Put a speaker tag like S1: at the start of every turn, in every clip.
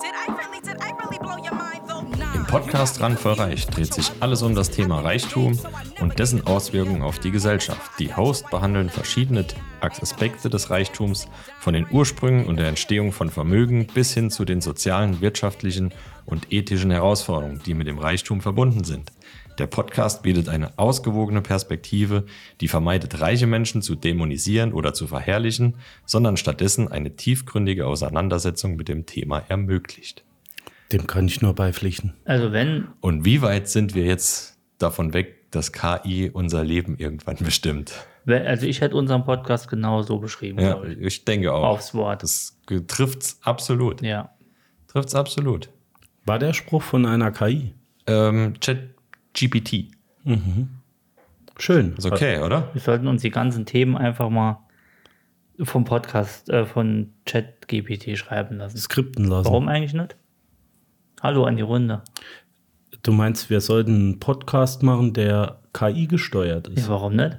S1: Did I really, did I really blow your mind though? Nah.
S2: Im Podcast Rand für Reich dreht sich alles um das Thema Reichtum und dessen Auswirkungen auf die Gesellschaft. Die Hosts behandeln verschiedene Aspekte des Reichtums, von den Ursprüngen und der Entstehung von Vermögen bis hin zu den sozialen, wirtschaftlichen und ethischen Herausforderungen, die mit dem Reichtum verbunden sind. Der Podcast bietet eine ausgewogene Perspektive, die vermeidet, reiche Menschen zu dämonisieren oder zu verherrlichen, sondern stattdessen eine tiefgründige Auseinandersetzung mit dem Thema ermöglicht.
S3: Dem kann ich nur beipflichten.
S4: Also wenn,
S2: Und wie weit sind wir jetzt davon weg, dass KI unser Leben irgendwann bestimmt?
S4: wenn- also ich hätte unseren Podcast genau so beschrieben,
S2: Ja,
S4: glaube ich.
S2: ich denke auch.
S4: Aufs Wort.
S2: Das ge- trifft's absolut.
S4: Ja.
S2: Trifft's absolut.
S3: War der Spruch von einer KI?
S2: Ähm, ChatGPT.
S3: Schön.
S2: Ist okay, oder?
S4: Wir sollten uns die ganzen Themen einfach mal vom Podcast, äh, von ChatGPT schreiben lassen.
S3: Skripten lassen.
S4: Warum eigentlich nicht? Hallo an die Runde.
S3: Du meinst, wir sollten einen Podcast machen, der KI gesteuert
S4: Ja,
S3: ist?
S4: warum nicht?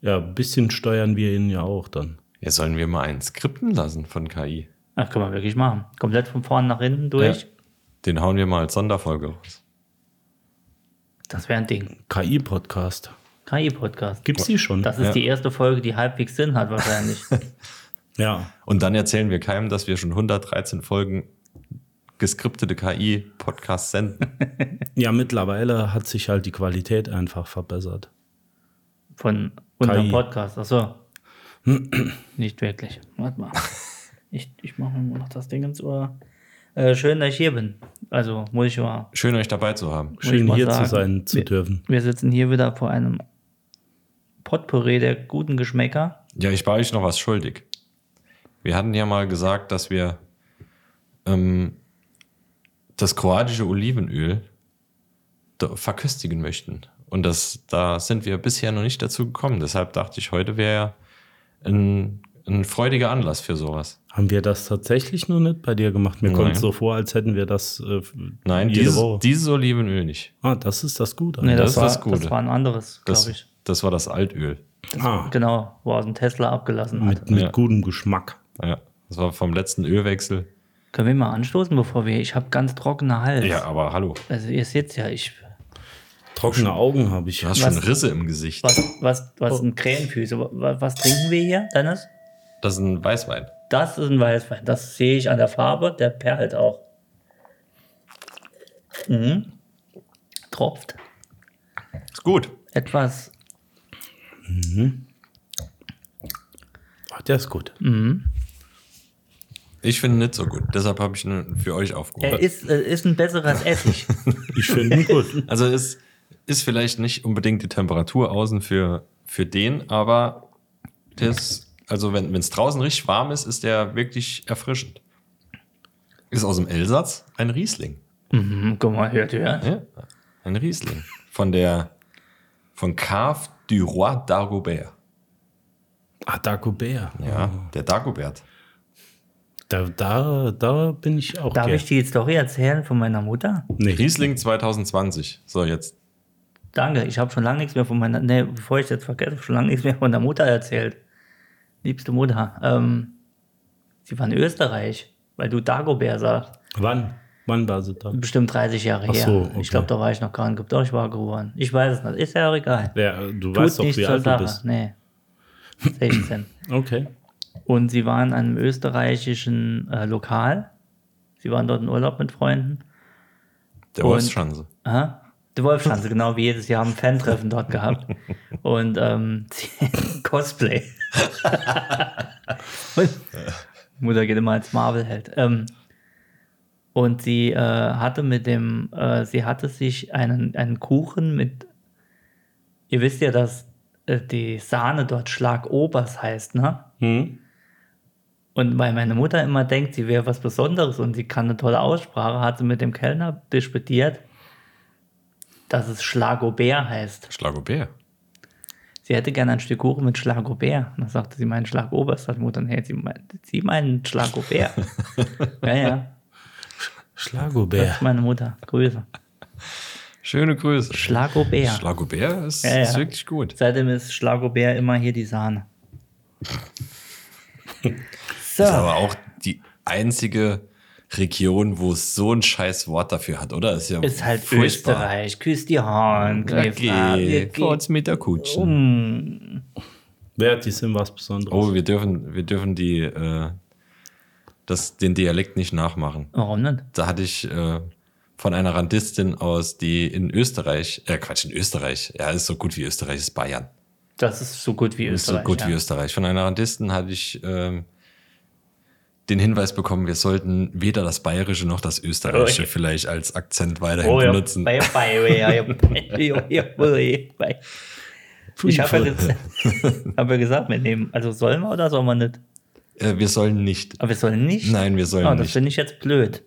S3: Ja, ein bisschen steuern wir ihn ja auch dann.
S2: Ja, sollen wir mal einen skripten lassen von KI?
S4: Ach, kann man wirklich machen. Komplett von vorn nach hinten durch.
S2: Ja. Den hauen wir mal als Sonderfolge raus.
S4: Das wäre ein Ding.
S3: KI-Podcast.
S4: KI-Podcast.
S3: Gibt's die schon?
S4: Das ist
S2: Ja.
S4: die erste Folge, die halbwegs Sinn hat wahrscheinlich.
S3: ja.
S2: Und dann erzählen wir keinem, dass wir schon 113 Folgen geskriptete KI-Podcasts senden.
S3: Ja, mittlerweile hat sich halt die Qualität einfach verbessert.
S4: Von unserem
S3: KI.
S4: Podcast. Achso. Nicht wirklich. Warte mal. Ich, ich mache mir noch das Ding ins Ohr. Äh, schön, dass ich hier bin. Also muss ich mal.
S2: Schön, euch dabei zu haben.
S4: ich
S3: Schön
S4: mal
S3: hier
S4: sagen.
S3: zu sein zu
S4: Wir-
S3: dürfen.
S4: Wir sitzen hier wieder vor einem Potpourri der guten Geschmäcker.
S2: Ja, ich war euch noch was schuldig. Wir hatten ja mal gesagt, dass wir ähm, das kroatische Olivenöl do- verköstigen möchten. Und das, da sind wir bisher noch nicht dazu gekommen. Deshalb dachte ich, heute wäre ja ein, ein freudiger Anlass für sowas.
S3: Haben wir das tatsächlich noch nicht bei dir gemacht? Mir kommt
S2: Nein.
S3: es so vor, als hätten wir das äh,
S2: Nein,
S3: jede
S2: dieses,
S3: Woche.
S2: dieses Olivenöl nicht.
S3: Ah, das ist das Gute.
S4: Nee,
S2: das
S4: das,
S2: ist
S4: war,
S2: das Gute.
S4: das war ein anderes,
S2: Das,
S4: glaube ich.
S2: das war das Altöl.
S3: ah,
S4: Genau, wo aus dem Tesla abgelassen hat.
S3: mit, mit
S2: Ja.
S3: gutem Geschmack.
S2: Ja, das war vom letzten Ölwechsel.
S4: Können wir mal anstoßen, bevor wir. Ich habe ganz trockene Hals.
S2: Ja, aber hallo.
S4: Also ihr seht ja, ich.
S3: Trockene Augen habe ich.
S2: Du hast schon
S4: Was-
S2: Risse im Gesicht.
S4: Was, was, was
S3: Oh.
S4: sind Krähenfüße? Was, was trinken wir hier, Dennis?
S2: Das ist ein Weißwein.
S4: Das ist ein Weißwein. Das sehe ich an der Farbe. Der perlt auch. Mhm. Tropft.
S2: Ist gut.
S4: Etwas
S3: Ah, der ist gut.
S2: Mhm. Ich finde ihn nicht so gut. Deshalb habe ich ihn für euch
S4: Er
S2: aufgehoben.
S4: ist, er ist ein besseres Essig.
S3: Ich finde ihn gut.
S2: Also es ist vielleicht nicht unbedingt die Temperatur außen für, für den, aber das, also wenn es draußen richtig warm ist, ist der wirklich erfrischend. Ist aus dem Elsatz ein Riesling.
S4: Hm, Guck mal, hört ihr?
S2: Ja, ein Riesling. Von der von Cave du Roi d'Argobert.
S3: Ah, Dagobert.
S2: Ja,
S4: Oh.
S2: der Dagobert.
S3: Da, da, da bin ich auch
S4: Darf
S3: gern.
S4: ich die Story erzählen von meiner Mutter?
S3: Nee.
S2: Riesling 2020. So, jetzt.
S4: Danke, ich habe schon lange nichts mehr von meiner, nee, bevor ich jetzt vergesse, schon lange nichts mehr von der Mutter erzählt. Liebste Mutter, ähm, sie war in Österreich, weil du Dagobert sagst.
S3: Wann? Wann war sie da?
S4: Bestimmt 30 Jahre
S3: Ach
S4: her.
S3: so, okay.
S4: Ich glaube, da war ich noch gar nicht doch, ich war geboren. Ich weiß es nicht, ist ja auch egal.
S3: Ja, du weißt doch,
S4: nichts
S3: wie
S4: zur
S3: alt du
S4: Sache.
S3: bist.
S4: Nee. 16.
S3: Okay.
S4: Und sie war in einem österreichischen äh, Lokal. Sie waren dort in Urlaub mit Freunden.
S2: Der
S4: Und-
S2: Wolfschanze.
S4: Aha. Die Wolfschanze, genau wie jedes Jahr haben ein Fantreffen dort gehabt. Und ähm, Cosplay. und Mutter geht immer als Marvel-Held. Ähm, und sie äh, hatte mit dem, äh, sie hatte sich einen, einen Kuchen mit, ihr wisst ja, dass äh, die Sahne dort Schlagobers heißt, ne?
S3: Hm?
S4: Und weil meine Mutter immer denkt, sie wäre was Besonderes und sie kann eine tolle Aussprache, hat sie mit dem Kellner disputiert, dass es Schlagobert heißt.
S2: Schlagobert.
S4: sie hätte gerne ein Stück Kuchen mit Schlagobär. Und dann sagte sie meinen Schlagober. Sagt die Mutter, nee, sie, meint, sie meinen Schlagobär. ja, ja, das
S3: Schlagobär.
S4: ist meine Mutter. Grüße.
S2: Schöne Grüße.
S4: Schlagobär.
S2: Schlagobär ist,
S4: Ja, ja.
S2: ist wirklich gut.
S4: Seitdem ist Schlagobär immer hier die Sahne. So.
S2: Ist aber auch die einzige Region, wo es so ein scheiß Wort dafür hat, oder? Ist ja
S4: Ist halt
S2: furchtbar.
S4: Österreich. Küsst die Hand,
S2: Ja,
S4: greift ab.
S2: geh,
S4: Ihr
S2: fahrt's
S4: geht.
S2: mit der Kutsche.
S3: Ja, die sind was Besonderes.
S2: Oh, wir dürfen, wir dürfen die, äh, das, den Dialekt nicht nachmachen.
S4: Warum nicht?
S2: Da hatte ich äh, von einer Randistin aus, die in Österreich, äh, Quatsch, in Österreich, ja, ist so gut wie Österreich, ist Bayern.
S4: Das ist so gut wie
S2: Ist so
S4: Österreich.
S2: gut
S4: ja.
S2: wie Österreich. Von einer Randistin hatte ich ähm, den Hinweis bekommen, wir sollten weder das Bayerische noch das Österreichische
S4: Oh, ja.
S2: vielleicht als Akzent weiterhin
S4: Oh ja,
S2: benutzen.
S4: bei- bei- bei- bei- bei- bei- bei. Ich habe ja, gesagt- hab ja gesagt, wir nehmen, also sollen wir oder sollen wir nicht?
S2: Äh, wir sollen nicht.
S4: Aber wir sollen nicht.
S2: Nein, wir sollen
S4: oh, Das
S2: nicht.
S4: finde ich jetzt blöd.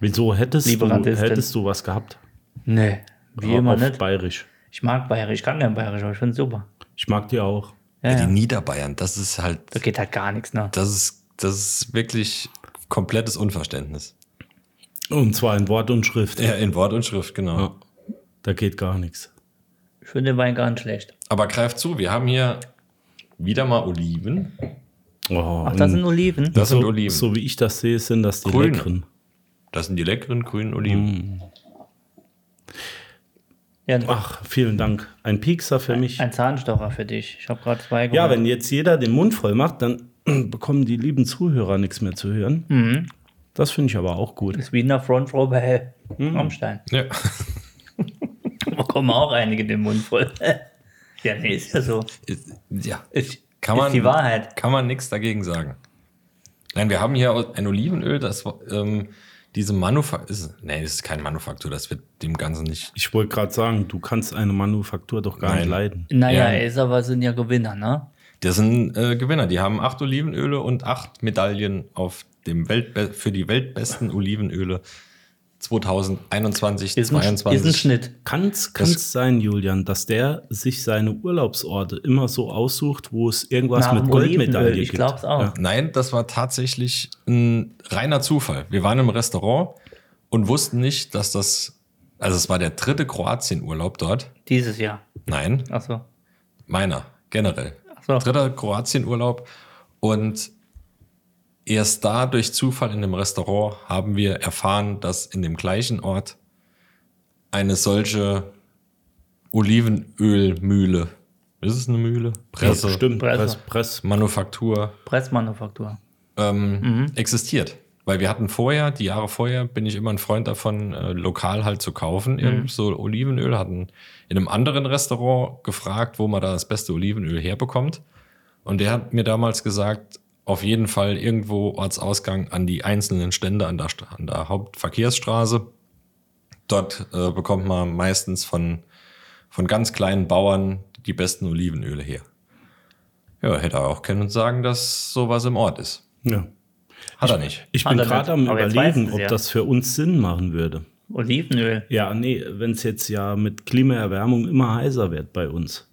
S3: Wieso hättest
S4: Liebe
S3: du,
S4: Radistin.
S3: hättest du was gehabt?
S4: Nee, wie
S3: Auf
S4: immer nicht.
S3: Bayerisch.
S4: Ich mag Bayerisch, ich kann kein Bayerisch, aber ich finde super.
S3: Ich mag die auch.
S4: Ja,
S2: Die
S4: ja.
S2: Niederbayern, das ist halt,
S4: Da geht halt gar nichts, ne?
S2: das ist, das ist wirklich komplettes Unverständnis.
S3: Und zwar in Wort und Schrift.
S2: Ja, in Wort und Schrift, genau.
S3: Ja. Da geht gar nichts.
S4: Ich finde den Wein gar nicht schlecht.
S2: Aber greift zu, wir haben hier wieder mal Oliven.
S3: Oh,
S4: Ach, das
S3: und
S4: sind Oliven.
S2: Das sind
S3: so,
S2: Oliven.
S3: So wie ich das sehe, sind das die
S2: Grüne.
S3: leckeren.
S2: Das sind die leckeren grünen Oliven.
S4: Ja,
S3: Ach, vielen Dank. Ein Piekser für mich.
S4: ein Zahnstocher für dich. Ich habe gerade zwei
S3: Ja,
S4: geholt.
S3: wenn jetzt jeder den Mund voll macht, dann bekommen die lieben Zuhörer nichts mehr zu hören.
S4: Mhm.
S3: Das finde ich aber auch gut.
S4: ist wie in der Front Row bei
S3: Mhm.
S4: Rammstein.
S3: Mm.
S2: Ja.
S4: Da kommen auch einige den Mund voll. ja, nee, ist ja so.
S2: ja.
S4: Ist,
S2: Kann
S4: ist
S2: man,
S4: die Wahrheit.
S2: Kann man nichts dagegen sagen. Nein, wir haben hier ein Olivenöl, das ähm, diese Manufaktur. Nein, das ist kein Manufaktur, das wird dem Ganzen nicht.
S3: Ich wollte gerade sagen, du kannst eine Manufaktur doch gar
S2: Nein.
S3: nicht leiden.
S4: Naja,
S2: Ja.
S4: ja. ist aber sind ja Gewinner, ne?
S2: Das sind äh, Gewinner. Die haben acht Olivenöle und acht Medaillen auf dem Weltbe für die weltbesten Olivenöle 2021,
S4: Ist ein, ist
S2: 2022.
S4: ein Schnitt.
S3: Kann es sein, Julian, dass der sich seine Urlaubsorte immer so aussucht, wo es irgendwas
S4: Nach
S3: mit
S4: dem Olivenöl,
S3: Goldmedaille
S4: ich
S3: gibt?
S4: glaub's auch.
S3: Ja.
S2: Nein, das war tatsächlich ein reiner Zufall. Wir waren im Restaurant und wussten nicht, dass das. Also, es war der dritte Kroatien-Urlaub dort.
S4: Dieses Jahr.
S2: Nein,
S4: Achso.
S2: Meiner, generell.
S4: so.
S2: Dritter Kroatienurlaub. Und erst da durch Zufall in dem Restaurant haben wir erfahren, dass in dem gleichen Ort eine solche Olivenölmühle, ist es eine Mühle? Presse,
S3: Stimmt, Press,
S4: Presse.
S3: Press.
S2: Manufaktur
S4: Pressmanufaktur.
S2: ähm, existiert. Weil wir hatten vorher, die Jahre vorher, bin ich immer ein Freund davon, äh, lokal halt zu kaufen. Irgend so Olivenöl hatten in einem anderen Restaurant gefragt, wo man da das beste Olivenöl herbekommt. Und der hat mir damals gesagt, auf jeden Fall irgendwo Ortsausgang an die einzelnen Stände an der, St- an der Hauptverkehrsstraße. Dort äh, bekommt man meistens von, von ganz kleinen Bauern die besten Olivenöle her. Ja, hätte er auch können sagen, dass sowas im Ort ist.
S3: Ja.
S2: Hat er nicht.
S3: Ich
S4: Ah,
S3: bin
S4: dann-
S3: gerade am
S4: aber jetzt weiß
S3: überlegen,
S4: es
S3: ob
S4: ja.
S3: das für uns Sinn machen würde.
S4: Olivenöl.
S3: Ja, nee, wenn es jetzt ja mit Klimaerwärmung immer heißer wird bei uns,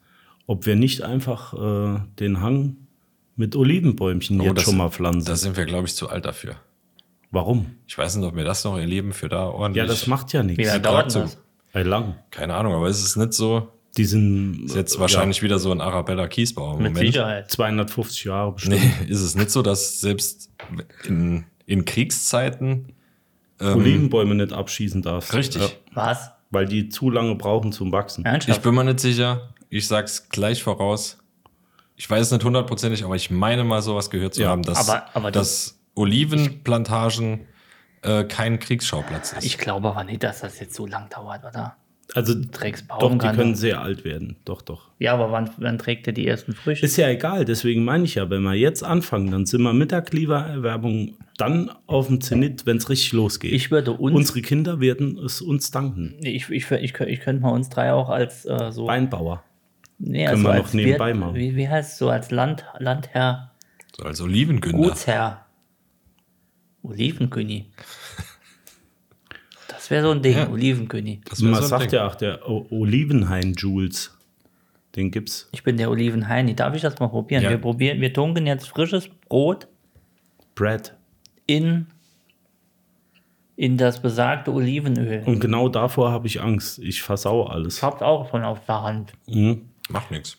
S3: ob wir nicht einfach äh, den Hang mit Olivenbäumchen jetzt
S2: Oh, das-
S3: schon mal pflanzen.
S2: Da sind wir, glaube ich, zu alt dafür.
S3: Warum?
S2: Ich weiß nicht, ob wir das noch erleben für da ordentlich.
S3: Ja, das macht ja
S4: Wie
S3: nichts.
S4: lange dauert
S2: so.
S4: denn das?
S3: Ei, lang.
S2: Keine Ahnung, aber es ist nicht so.
S3: Die sind
S2: Ist jetzt
S3: äh,
S2: wahrscheinlich wieder so ein Arabella Kiesbau im
S4: Mit
S2: Moment.
S3: ja,
S4: Sicherheit.
S3: 250 Jahre bestimmt.
S2: Nee, ist es nicht so, dass selbst in, in Kriegszeiten. Ähm,
S3: Olivenbäume nicht abschießen darfst.
S2: Richtig.
S3: Ja,
S4: Was?
S3: weil die zu lange brauchen zum Wachsen.
S2: Ich
S4: Ernsthaft?
S2: bin mir nicht sicher. Ich sag's gleich voraus. Ich weiß es nicht hundertprozentig, aber ich meine mal sowas gehört zu
S3: Ja,
S2: haben, dass,
S4: aber- aber
S2: dass Olivenplantagen äh, kein Kriegsschauplatz ist.
S4: ich glaube aber nicht, dass das jetzt so lang dauert, oder?
S3: Also,
S4: Drecksbaum
S3: doch, die
S4: kann-
S3: können sehr alt werden. Doch, doch.
S4: Ja, aber wann, wann trägt er die ersten Früchte?
S3: Ist ja egal, deswegen meine ich ja, wenn wir jetzt anfangen, dann sind wir mit der Klimaerwärmung dann auf dem Zenit, wenn es richtig losgeht.
S4: Ich würde uns-
S3: Unsere Kinder werden es uns danken.
S4: Nee, Ich, ich, ich, ich könnte mal uns drei auch als äh, so.
S3: Weinbauer.
S4: nee, also
S3: können wir noch
S4: als
S3: nebenbei
S4: Wirt-
S3: machen.
S4: Wie, wie heißt es so? Als Land, Landherr,
S2: So als Also Olivengünder.
S4: Gutsherr, Olivenkönig. Das wäre so ein Ding,
S2: Ja.
S4: Olivenkönig.
S2: Das wär
S3: Man
S2: so ein
S3: sagt
S2: Ding.
S3: ja auch der O- Olivenhain Jules. Den gibt's.
S4: Ich bin der Olivenheini. Darf ich das mal probieren?
S2: Ja.
S4: Wir probieren, wir tunken jetzt frisches Brot
S3: Bread.
S4: in, in das besagte Olivenöl.
S3: Und genau davor habe ich Angst. Ich versau alles.
S4: Ich hab's auch von auf der Hand.
S2: Macht nichts.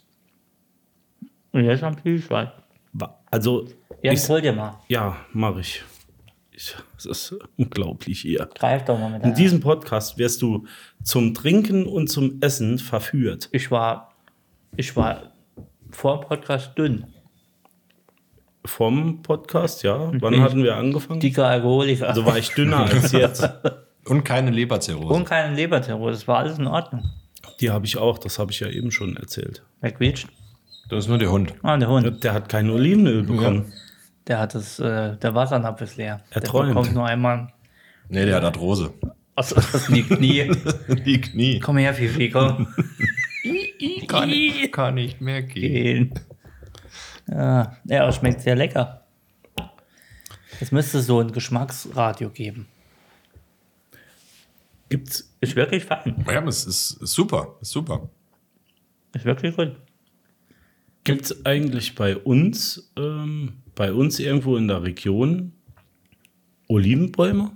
S4: Und jetzt am Kühlschrank.
S3: Wa- Also,
S4: Jetzt
S3: ich,
S4: hol dir mal.
S3: ja, mache ich. ich. Das ist unglaublich hier.
S4: Greif doch mal mit
S3: In
S4: deiner-
S3: diesem Podcast wirst du zum Trinken und zum Essen verführt.
S4: Ich war, ich war vor dem Podcast dünn.
S3: Vom Podcast, ja. Wann
S4: Ich-
S3: hatten wir angefangen?
S4: Dicker Alkoholiker.
S3: Also war ich dünner als jetzt.
S2: Und keine Leberzirrhose.
S4: Und keine Leberterror. Das war alles in Ordnung.
S3: Die habe ich auch, das habe ich ja eben schon erzählt.
S4: Wer quietscht?
S2: das ist nur der Hund.
S4: Ah, der Hund.
S3: Der hat kein Olivenöl bekommen.
S4: Der hat das, äh, der Wassernapf ist leer.
S3: Er
S4: der
S3: träumt.
S4: kommt nur einmal
S2: Nee, der hat Arthrose.
S4: aus, aus die Knie.
S2: Die Knie.
S4: komm her, Fifi, komm.
S2: Kann, kann nicht mehr gehen.
S4: Gehen. Ja, ja, aber schmeckt sehr lecker. Es müsste so ein Geschmacksradio geben.
S3: Gibt's,
S4: Ist wirklich fein.
S2: Ja, aber es ist, ist super. Ist super.
S4: Ist wirklich gut.
S3: gibt's eigentlich bei uns, ähm, bei uns irgendwo in der Region Olivenbäume?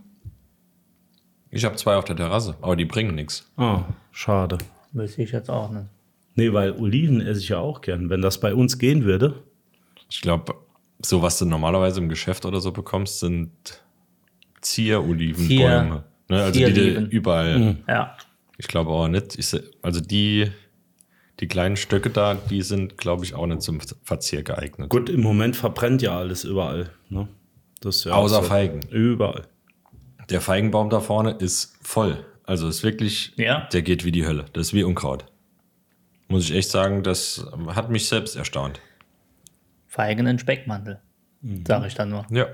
S2: Ich habe zwei auf der Terrasse, aber die bringen nichts.
S3: Ah, schade.
S4: Wüsste ich jetzt auch ne? nicht.
S3: Nee, weil Oliven esse ich ja auch gern. Wenn das bei uns gehen würde,
S2: Ich glaube, so was du normalerweise im Geschäft oder so bekommst, sind Zierolivenbäume.
S4: Zier-
S2: Ne, also die, die
S4: Zierliven.
S2: überall.
S4: Ja.
S2: Ich glaube auch nicht. Ich, se- also die, die kleinen Stöcke da, die sind, glaube ich, auch nicht zum Verzehr geeignet.
S3: gut, im Moment verbrennt ja alles überall. Ne? Das ist ja
S2: Außer
S3: auch so.
S2: Feigen.
S3: Überall.
S2: Der Feigenbaum da vorne ist voll. Also ist wirklich,
S4: Ja.
S2: der geht wie die Hölle. Das ist wie Unkraut. Muss ich echt sagen, das hat mich selbst erstaunt.
S4: Feigen in Speckmantel. Sag ich dann nur.
S2: Ja.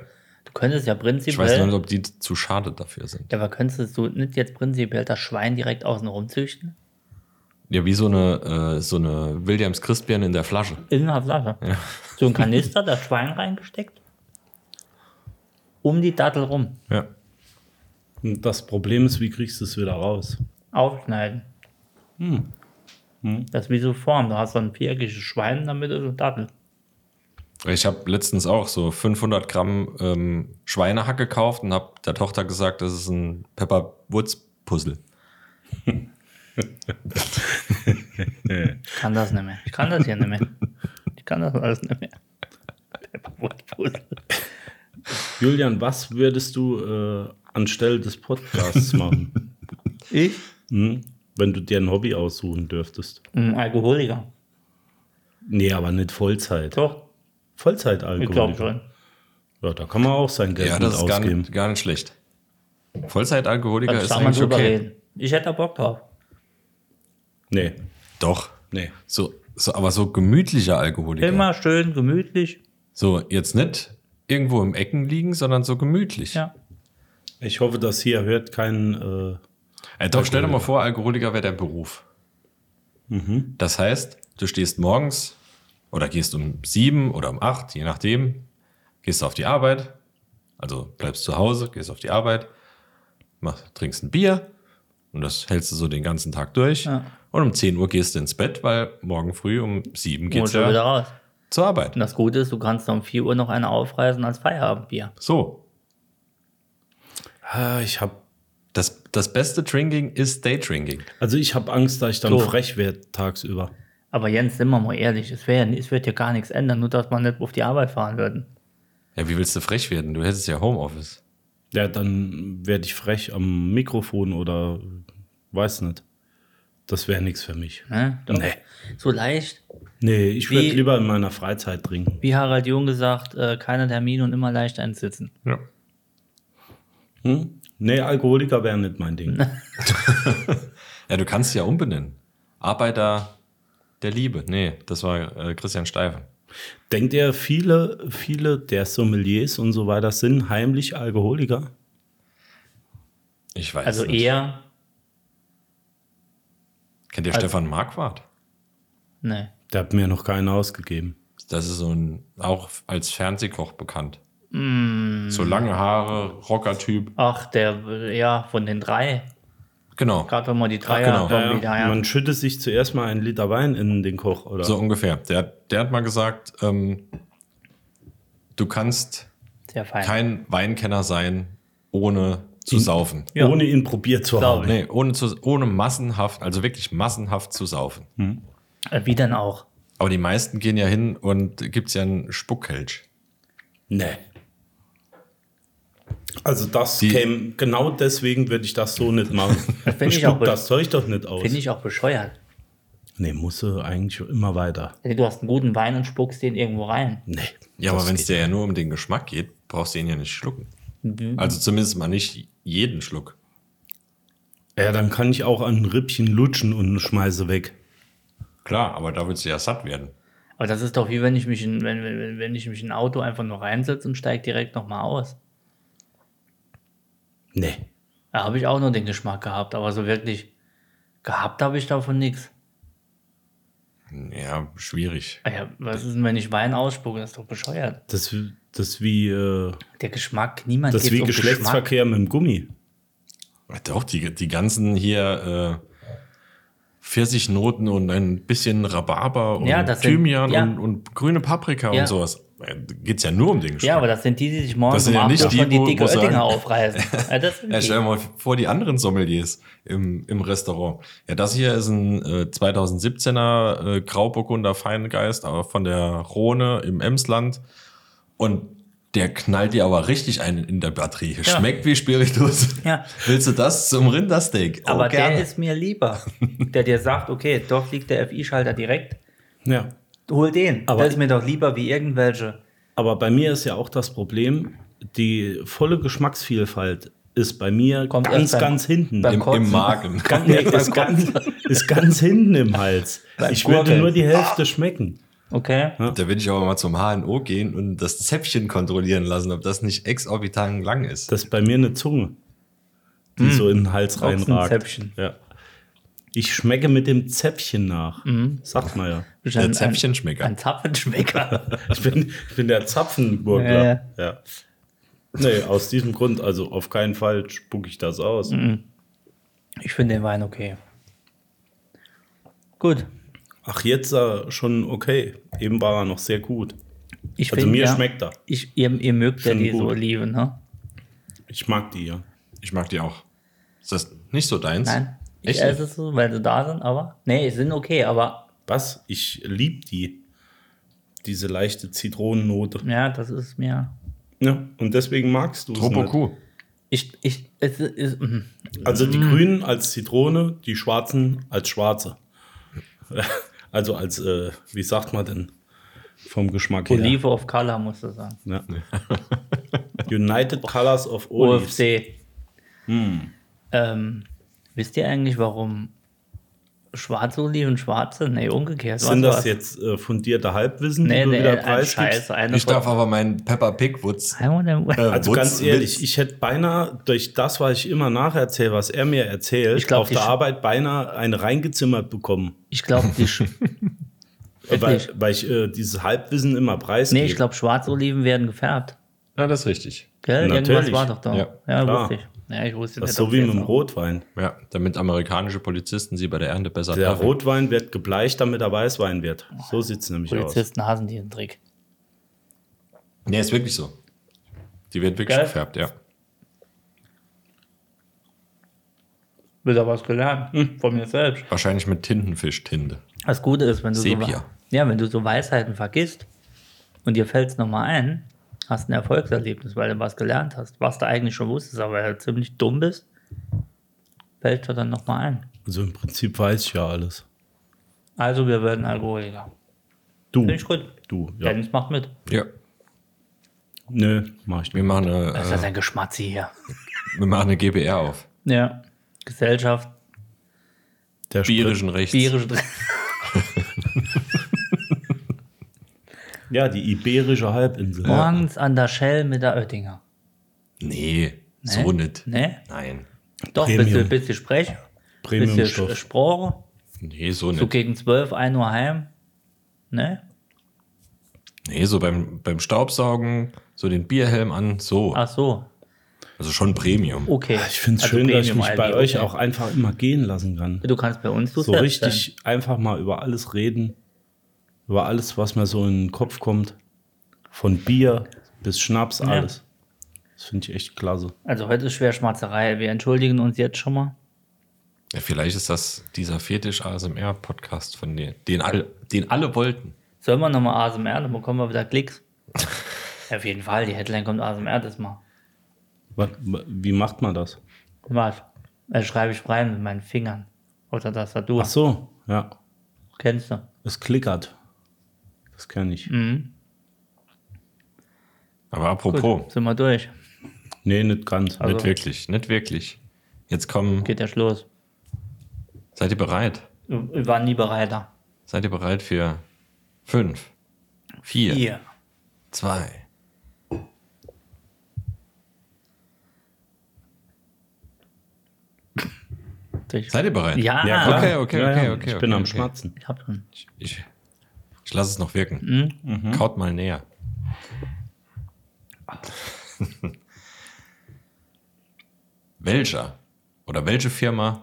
S4: Du könntest ja prinzipiell.
S2: Ich weiß nur nicht, also- ob die zu schade dafür sind.
S4: Ja, aber könntest du nicht jetzt prinzipiell das Schwein direkt außen rum züchten?
S2: Ja, wie so eine, äh, so eine Williams Christbeeren in der Flasche.
S4: In einer Flasche. So ein Kanister, das Schwein reingesteckt. Um die Dattel rum.
S2: Ja.
S3: Und das Problem ist, wie kriegst du es wieder raus?
S4: Aufschneiden. Das ist wie so Form. Du hast so ein viereckiges Schwein in der Mitte und Dattel.
S2: Ich habe letztens auch so 500 Gramm ähm, Schweinehack gekauft und habe der Tochter gesagt, das ist ein Pepperwoods-Puzzle.
S4: Ich kann das nicht mehr. Ich kann das hier nicht mehr. Ich kann das alles nicht mehr.
S3: Julian, was würdest du äh, anstelle des Podcasts machen, Hm?
S4: Ich?
S3: wenn du dir ein Hobby aussuchen dürftest?
S4: Ein Hm, Alkoholiker.
S3: Nee, aber nicht Vollzeit.
S4: Doch, ich glaube
S3: Vollzeitalkoholiker.
S4: schon.
S3: Ja, da kann man auch sein Geld
S2: Ja,
S3: mit
S2: das ist gar
S3: ausgeben.
S2: nicht, gar nicht schlecht. Vollzeitalkoholiker
S4: Da
S2: ist
S4: kann man
S2: eigentlich
S4: drüber
S2: okay.
S4: reden. Ich hätte da Bock drauf.
S3: Nee,
S2: Doch.
S3: nee.
S2: So, so, aber so gemütlicher Alkoholiker.
S4: Immer schön, gemütlich.
S2: So, jetzt nicht irgendwo im Ecken liegen, sondern so gemütlich.
S4: Ja.
S3: Ich hoffe, dass hier hört kein. Äh,
S2: Ey, doch, stell dir mal vor, Alkoholiker Mhm. wäre der Beruf. Das heißt, du stehst morgens oder gehst um sieben oder um acht, je nachdem, gehst auf die Arbeit, also bleibst zu Hause, gehst auf die Arbeit, mach, trinkst ein Bier und das hältst du so den ganzen Tag durch. Und um 10 Uhr gehst du ins Bett, weil morgen früh um sieben
S4: Geht
S2: geht's
S4: schon wieder
S2: ja
S4: raus.
S2: zur Arbeit.
S4: Und das Gute ist, du kannst um 4 Uhr noch eine aufreißen als Feierabendbier.
S2: So,
S3: ah, ich habe.
S2: das, das beste Drinking ist Daydrinking.
S3: Also ich habe Angst, dass ich dann
S4: So.
S3: frech werde tagsüber.
S4: Aber Jens, sind wir mal ehrlich, es, wär, es wird ja gar nichts ändern, nur dass man nicht auf die Arbeit fahren würden.
S2: Ja, wie willst du frech werden? Du hättest ja Homeoffice.
S3: Ja, dann werde ich frech am Mikrofon oder weiß nicht. Das wäre nichts für mich.
S4: Ne? Doch.
S3: Nee.
S4: So leicht,
S3: Nee, ich
S4: Wie-
S3: würde lieber in meiner Freizeit trinken.
S4: wie Harald Jung gesagt, äh, keine Termine und immer leicht einsitzen.
S2: Ja.
S3: Hm? Nee, Alkoholiker wäre nicht mein Ding.
S2: Ja, du kannst sie ja umbenennen. Arbeiter der Liebe. Nee, das war äh, Christian Steifen.
S3: Denkt ihr, viele, viele der Sommeliers und so weiter sind heimlich Alkoholiker?
S2: Ich weiß
S4: Also
S2: nicht.
S4: eher,
S2: Kennt ihr Stefan Marquardt?
S4: ne.
S3: Der hat mir noch keinen ausgegeben.
S2: Das ist so ein, auch als Fernsehkoch bekannt.
S4: Mm.
S2: So lange Haare, Rockertyp.
S4: Ach, der, ja, von den drei.
S2: Genau.
S4: Gerade wenn man die
S2: genau.
S4: Dreier
S3: Ja,
S4: Kombi da
S3: ja. Man schüttet sich zuerst mal einen Liter Wein in den Koch, oder?
S2: So ungefähr. Der, der hat mal gesagt, ähm, du kannst
S4: Sehr fein.
S2: kein Weinkenner sein, ohne zu saufen.
S4: ja.
S3: Ohne ihn probiert zu
S4: Sauber.
S3: haben.
S2: Nee, ohne, zu, ohne massenhaft, also wirklich massenhaft zu saufen.
S4: Äh, Wie dann auch?
S2: Aber die meisten gehen ja hin und gibt's ja einen Spuckkelch.
S3: Nee. Also das
S2: Die-
S3: käme, genau deswegen würde ich das so nicht machen.
S4: find ich
S3: Spuck
S4: auch gut.
S3: das Zeug doch nicht aus.
S4: Finde ich auch bescheuert.
S3: Nee, musst du eigentlich immer weiter.
S4: Also, Du hast einen guten Wein und spuckst den irgendwo rein.
S3: Nee.
S2: Ja,
S3: das
S2: aber wenn es
S3: geht
S2: dir ja nur um den Geschmack geht, brauchst du ihn ja nicht schlucken.
S4: Mhm.
S2: Also zumindest mal nicht jeden Schluck.
S3: nicht. Ja, dann kann ich auch an ein Rippchen lutschen und schmeiße weg.
S2: Klar, aber da willst du ja satt werden.
S4: Aber das ist doch wie wenn ich mich in, wenn, wenn, wenn ich mich in ein Auto einfach nur reinsetze und steige direkt nochmal aus.
S3: Nee.
S4: Da habe ich auch nur den Geschmack gehabt, aber so wirklich gehabt habe ich davon nichts.
S2: Ja, schwierig.
S4: Ah Ja, was ist denn, wenn ich Wein ausspucke? Das ist doch bescheuert.
S3: Das, das wie, äh,
S4: Der Geschmack, niemand
S3: das
S4: geht's
S3: wie
S4: um Geschmack.
S3: Geschlechtsverkehr mit dem Gummi.
S2: Doch, die, die ganzen hier äh, Pfirsichnoten und ein bisschen Rhabarber und
S4: Ja, das sind-
S2: Thymian
S4: ja.
S2: und, und grüne Paprika
S4: Ja.
S2: und sowas. Äh, Geht's ja nur um den Geschmack.
S4: Ja, aber das sind die, die sich
S2: Das
S4: morgens
S2: sind
S4: um
S2: ja
S4: acht
S2: nicht
S4: Uhr
S2: die,
S4: schon die
S2: wo-
S4: dicke
S2: wo sagen-
S4: Oettinger aufreißen. Ja, das sind
S2: Ja,
S4: die.
S2: stell dir mal vor, die anderen Sommeliers im, im Restaurant. Ja, das hier ist ein äh, 2017er äh, Grauburgunder Feingeist, aber von der Rhone im Emsland. Und der knallt dir aber richtig einen in der Batterie. Schmeckt wie Spiritus.
S4: Ja.
S2: Willst du das zum Rindersteak?
S4: aber der
S2: Okay.
S4: ist mir lieber, der dir sagt, okay, dort liegt der FI-Schalter direkt,
S3: Ja.
S4: hol den.
S3: Aber-
S4: das ist mir doch lieber wie irgendwelche.
S3: Aber bei mir ist ja auch das Problem, die volle Geschmacksvielfalt ist bei mir
S4: Kommt
S3: ganz,
S4: erst beim-
S3: ganz hinten.
S4: beim
S2: im, im
S4: Kotzen.
S2: Magen.
S3: Ganz- nee, ist, ganz, ist ganz hinten im Hals.
S4: Beim
S3: Ich würde
S4: Gurgeln.
S3: nur die Hälfte schmecken.
S4: Okay?
S2: Da will ich aber mal zum HNO gehen und das Zäpfchen kontrollieren lassen, ob das nicht exorbitant lang ist.
S3: Das ist bei mir eine Zunge, die so in den Hals
S4: Auch Hm. ein
S3: reinragt.
S4: Zäpfchen.
S3: Ja. Ich schmecke mit dem Zäpfchen nach.
S4: Mhm.
S3: Sagt man ja.
S4: Bist
S2: Der
S4: ein-
S2: Zäpfchenschmecker.
S4: Ein, ein Zapfenschmecker.
S3: Ich bin, ich bin der Zapfengurgler.
S4: Ja,
S3: Ja, Nee, aus diesem Grund, also auf keinen Fall spucke ich das aus.
S4: ich finde den Wein okay. Gut.
S3: Ach, jetzt äh, schon okay. Eben war er noch sehr gut.
S4: Ich
S3: Also
S4: find,
S3: mir
S4: ja,
S3: schmeckt er.
S4: Ich, ihr, ihr mögt ja
S3: Schon
S4: diese
S3: gut.
S4: Oliven, ne?
S3: Ich mag die ja.
S2: Ich mag die auch. Ist das nicht so deins?
S4: Nein. Ich
S2: Echt?
S4: esse es so, weil sie da sind, aber. Nee, sie sind okay, aber
S3: Was? Ich liebe die. Diese leichte Zitronennote.
S4: ja, das ist mir.
S3: Ja, und deswegen magst du es. nicht.
S2: Tropoku.
S4: Ich, ich, es ist, mhm.
S3: Also die Grünen als Zitrone, die Schwarzen als Schwarze. Also als, äh, wie sagt man denn, vom Geschmack her.
S4: Olive of Color muss das sein.
S3: Ja. United Colors of Olives.
S4: OFC.
S3: Hm.
S4: Ähm, wisst ihr eigentlich, warum schwarze Oliven schwarz sind? Nee, umgekehrt.
S3: Sind
S4: Was
S3: das
S4: war's?
S3: jetzt äh, fundierte Halbwissen,
S4: Nee,
S3: die du
S4: nee,
S3: wieder
S4: ein
S3: preisgibst?
S4: Scheiß. Eine
S2: Ich
S4: von-
S2: darf aber meinen Pepper äh, Pig Wutz.
S4: Einmal der-
S3: Also
S2: Wutz-
S3: ganz ehrlich,
S2: Witz-
S3: ich hätte beinahe durch das, was ich immer nacherzähle, was er mir erzählt,
S4: Ich glaub,
S3: auf
S4: die
S3: der
S4: Sch-
S3: Arbeit beinahe eine reingezimmert bekommen.
S4: Ich glaube, die. Sch
S3: Äh, Weil,
S4: Wirklich?
S3: weil ich äh, dieses Halbwissen immer preisgebe.
S4: nee, ich glaube, Schwarzoliven werden gefärbt.
S2: Ja, das ist richtig.
S4: Gell? Irgendwas
S3: Natürlich.
S4: war doch da.
S2: Ja.
S4: ja
S3: Klar.
S4: wusste ich. Ja, ich wusste
S3: Das
S4: nicht,
S3: ist so
S4: ob
S3: wie
S4: sie
S3: mit dem
S4: jetzt auch-
S3: Rotwein.
S2: Ja, damit amerikanische Polizisten sie bei der Ernte besser
S3: Der
S2: treffen.
S3: Rotwein wird gebleicht, damit er Weißwein wird. So sieht es nämlich aus.
S4: Polizisten hassen diesen Trick.
S2: Nee, ist wirklich so. Die wird wirklich
S4: Gell?
S2: gefärbt, ja.
S4: Wieder was gelernt.
S3: Hm.
S4: Von mir selbst.
S2: Wahrscheinlich mit Tintenfischtinte.
S4: Das Gute ist, wenn du, so,
S2: Sepia.
S4: ja, wenn du so Weisheiten vergisst und dir fällt es nochmal ein, hast ein Erfolgserlebnis, weil du was gelernt hast, was du eigentlich schon wusstest, aber weil du ziemlich dumm bist, fällt dir dann nochmal ein.
S3: Also im Prinzip weiß ich ja alles.
S4: Also wir werden Alkoholiker.
S3: Du.
S4: Finde ich gut.
S3: Du, ja.
S4: Dennis macht mit.
S2: Ja.
S3: Nö, mach ich
S2: Wir
S3: nicht.
S2: machen
S4: Das
S2: eine,
S4: ist ein Geschmatzi hier.
S2: äh, wir machen eine GBR auf.
S4: Ja. Gesellschaft,
S3: Der Sprit-
S2: Bierischen Rechts.
S4: bierische
S3: Ja, die iberische Halbinsel.
S4: Morgens an der Shell mit der Oettinger.
S2: Nee, so nicht.
S4: Ne?
S2: Nein.
S4: Doch,
S3: Premium.
S4: bist du, bist du Sprech, bist du Sch-
S3: Premiumstoff.
S4: Sprore,
S2: Nee, so
S4: so
S2: nicht.
S4: gegen 12, 1 Uhr heim. Ne?
S2: Nee, so beim, beim Staubsaugen, so den Bierhelm an, so.
S4: Ach so.
S2: Also schon Premium.
S4: Okay.
S3: Ah, Ich finde es
S4: Also
S3: schön, dass ich
S4: Premium
S3: mich
S4: ID,
S3: bei euch
S4: okay.
S3: auch einfach immer gehen lassen kann.
S4: Du kannst bei uns du
S3: So
S4: selbst
S3: richtig einfach mal über alles reden. Über alles, was mir so in den Kopf kommt. Von Bier bis Schnaps, alles. Das finde ich echt klasse.
S4: sein. Also heute ist Schwerschmatzerei. Wir entschuldigen uns jetzt schon mal.
S2: Ja, vielleicht ist das dieser Fetisch-ASMR-Podcast von dir, den alle, den alle wollten.
S4: Sollen wir nochmal ASMR, dann bekommen wir wieder Klicks. Auf jeden Fall, die Headline kommt ASMR das mal.
S3: Wa- wa- Wie macht man das?
S4: Was? Das schreibe ich rein mit meinen Fingern. Oder das war du.
S3: Ach so, ja.
S4: Kennst du?
S3: Es klickert. Das kann ich.
S4: Mhm.
S2: Aber
S4: Gut,
S2: apropos,
S4: sind wir durch.
S3: Nee, nicht ganz.
S4: Also-
S2: nicht wirklich, nicht wirklich. Jetzt kommen,
S4: Geht der Schluss.
S2: seid ihr bereit?
S4: Wir waren nie bereiter.
S2: Seid ihr bereit für fünf, vier,
S4: Hier.
S2: zwei?
S4: Durch.
S2: Seid ihr bereit?
S4: Ja.
S2: ja klar. okay, okay,
S3: Ja, ja,
S2: okay, okay.
S3: ich bin
S2: okay,
S3: am
S2: okay.
S3: Schmatzen.
S4: Ich hab schon.
S2: Ich, ich lasse es noch wirken.
S4: Mhm.
S2: Kaut mal näher. Welcher oder welche Firma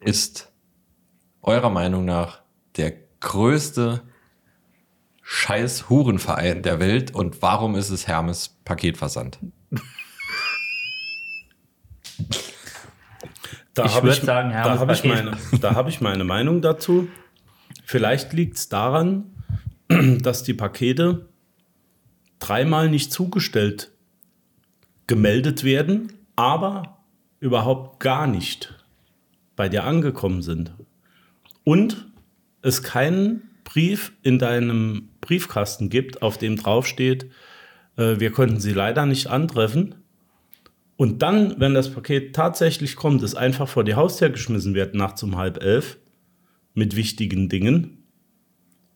S2: ist eurer Meinung nach der größte Scheiß-Hurenverein der Welt und warum ist es Hermes Paketversand?
S4: Mhm.
S3: Da
S4: Ich
S3: hab
S4: würd sagen,
S3: da
S4: Hermes
S3: habe ich,
S4: Paket.
S3: meine- da hab ich meine Meinung dazu. Vielleicht liegt es daran, dass die Pakete dreimal nicht zugestellt gemeldet werden, aber überhaupt gar nicht bei dir angekommen sind. Und es keinen Brief in deinem Briefkasten gibt, auf dem draufsteht, äh, wir konnten sie leider nicht antreffen. Und dann, wenn das Paket tatsächlich kommt, es einfach vor die Haustür geschmissen wird, nachts um halb elf, mit wichtigen Dingen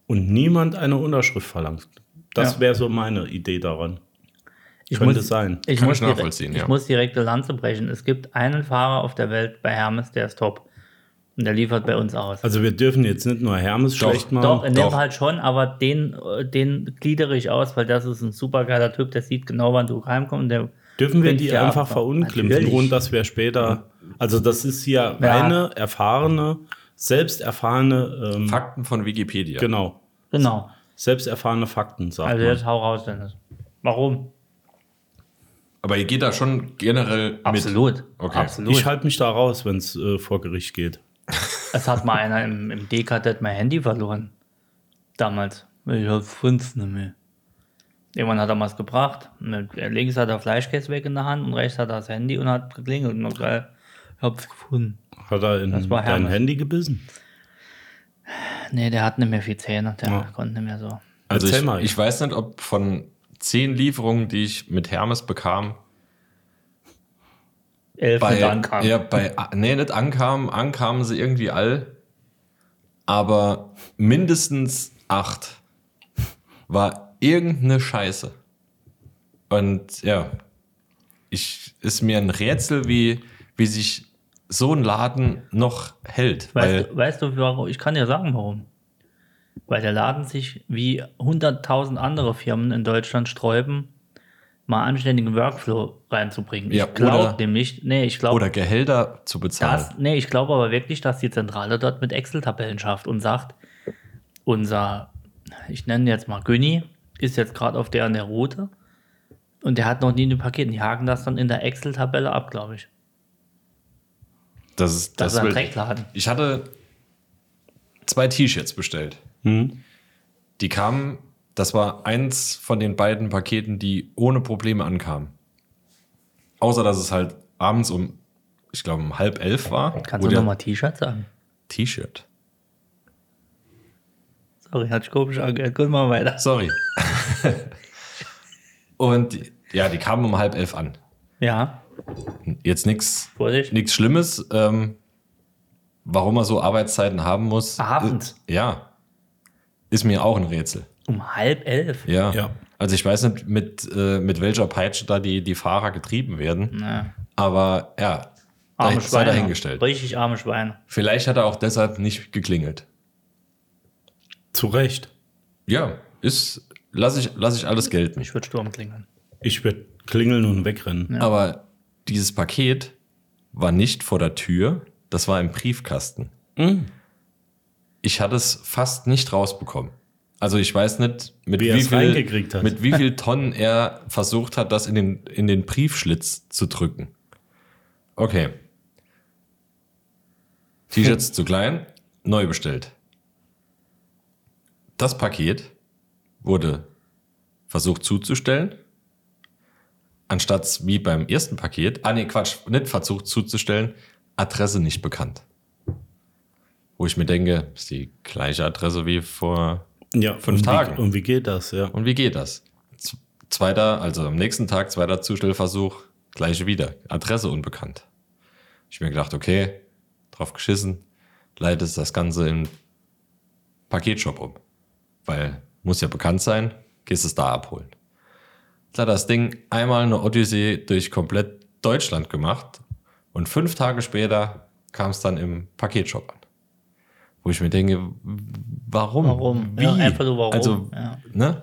S3: und niemand eine Unterschrift verlangt. Das
S4: Ja.
S3: wäre so meine Idee daran.
S4: Ich
S3: Könnte
S4: muss,
S3: sein.
S4: Ich,
S2: Kann
S4: muss
S2: ich
S4: direkt-
S2: nachvollziehen,
S4: ich
S2: ja.
S4: muss direkt eine Lanze brechen. Es gibt einen Fahrer auf der Welt bei Hermes, der ist top. Und der liefert bei uns aus.
S3: Also wir dürfen jetzt nicht nur Hermes
S2: Doch,
S3: schlecht machen.
S4: Doch, in
S2: Doch.
S4: dem Fall schon, aber den, äh, den gliedere ich aus, weil das ist ein super geiler Typ, der sieht genau, wann du heimkommst. und Der
S3: Dürfen wir
S4: bringt
S3: die
S4: dir
S3: einfach
S4: ab.
S3: verunglimpfen,
S4: Natürlich.
S3: ohne dass wir später. Also, das ist hier reine, erfahrene, selbst erfahrene. Ähm,
S2: Fakten von Wikipedia.
S3: Genau.
S4: Genau.
S3: Selbst erfahrene Fakten, sagt
S4: Also
S3: man.
S4: jetzt hau raus, Dennis. Warum?
S2: Aber ihr geht da schon generell
S4: Absolut.
S2: Okay.
S4: Absolut.
S3: Ich halte mich da raus, wenn es äh, vor Gericht geht.
S4: es hat mal einer im, im Dekadet mein Handy verloren. Damals. Ich hab fünf nicht mehr. Jemand hat er was gebracht. Und dann- Links hat er Fleischkäse weg in der Hand und rechts hat er das Handy und hat geklingelt. Und dann, äh, ich hab's gefunden.
S3: Hat er in
S4: Das war
S3: dein
S4: Hermes.
S3: Handy gebissen?
S4: Nee, der hat nicht mehr viel Zähne. Der
S3: Ja.
S4: konnte nicht mehr so.
S2: Also
S3: Erzähl
S2: ich,
S3: mal.
S2: ich weiß nicht, ob von zehn Lieferungen, die ich mit Hermes bekam,
S4: Elf
S2: bei,
S4: und dann kam.
S2: Ja, bei nee, nicht ankamen, ankamen sie irgendwie all, aber mindestens acht war irgendeine Scheiße. Und ja, ich ist mir ein Rätsel, wie, wie sich so ein Laden noch hält. weil,
S4: Weißt du, weißt du, warum? Ich kann dir sagen, warum. Weil der Laden sich wie 100.000 andere Firmen in Deutschland sträuben, mal anständigen Workflow reinzubringen.
S2: Ja,
S4: ich glaube
S2: oder-
S4: nämlich, nee, ich glaube,
S2: oder Gehälter zu bezahlen.
S4: das, nee, ich glaube aber wirklich, dass die Zentrale dort mit Excel-Tabellen schafft und sagt, unser, ich nenne ihn jetzt mal Günni, ist jetzt gerade auf der an der Route und der hat noch nie ein Paket. Und die haken das dann in der Excel-Tabelle ab, glaube ich.
S2: Das ist, das
S4: Das ist ein
S2: will-
S4: Dreckladen.
S2: Ich hatte zwei T-Shirts bestellt. Die kamen, das war eins von den beiden Paketen, die ohne Probleme ankamen. Außer, dass es halt abends um, ich glaube, um halb elf war.
S4: Kannst
S2: wo
S4: du
S2: der-
S4: nochmal T-Shirt sagen?
S2: T-Shirt.
S4: Sorry, hat sich komisch angehört. Gut, mal weiter.
S2: Sorry. Und die- ja, die kamen um halb elf an.
S4: Ja,
S2: Jetzt nichts
S4: Vorsicht.
S2: nichts Schlimmes. Ähm, warum man so Arbeitszeiten haben muss.
S4: Abends.
S2: Äh, ja. Ist mir auch ein Rätsel.
S4: Um halb elf?
S2: Ja.
S3: Ja.
S2: Also ich weiß nicht, mit, äh, mit welcher Peitsche da die, die Fahrer getrieben werden.
S4: Na,
S2: Aber ja, da, sei dahingestellt.
S4: Richtig arme Schweine.
S2: Vielleicht hat er auch deshalb nicht geklingelt.
S3: Zu Recht.
S2: Ja, ist, lasse ich, lass ich alles gelten.
S4: Ich würde Sturm klingeln.
S3: Ich würde klingeln und wegrennen.
S2: Aber dieses Paket war nicht vor der Tür, das war im Briefkasten.
S3: Mhm.
S2: Ich hatte es fast nicht rausbekommen. Also ich weiß nicht, mit
S3: Wie
S2: wie,
S3: er es
S2: viel,
S3: reingekriegt hat.
S2: mit wie viel Tonnen er versucht hat, das in den, in den Briefschlitz zu drücken. Okay. T-Shirts zu klein, neu bestellt. Das Paket wurde versucht zuzustellen, anstatt wie beim ersten Paket, ah nee, Quatsch, nicht versucht zuzustellen, Adresse nicht bekannt. Wo ich mir denke, ist die gleiche Adresse wie vor.
S3: Ja,
S2: Fünf
S3: und
S2: Tagen.
S3: Wie, und wie geht das? Ja.
S2: Und wie geht das? Z- Zweiter, also am nächsten Tag, zweiter Zustellversuch, gleiche wieder. Adresse unbekannt. Ich mir gedacht, okay, drauf geschissen, leitest das Ganze in Paketshop um. Weil muss ja bekannt sein, gehst es da abholen. Jetzt hat das Ding einmal eine Odyssee durch komplett Deutschland gemacht und fünf Tage später kam es dann im Paketshop an. Wo ich mir denke, w- warum?
S4: Warum?
S2: Wie?
S4: Ja, einfach nur warum,
S2: Also,
S4: ja.
S2: ne?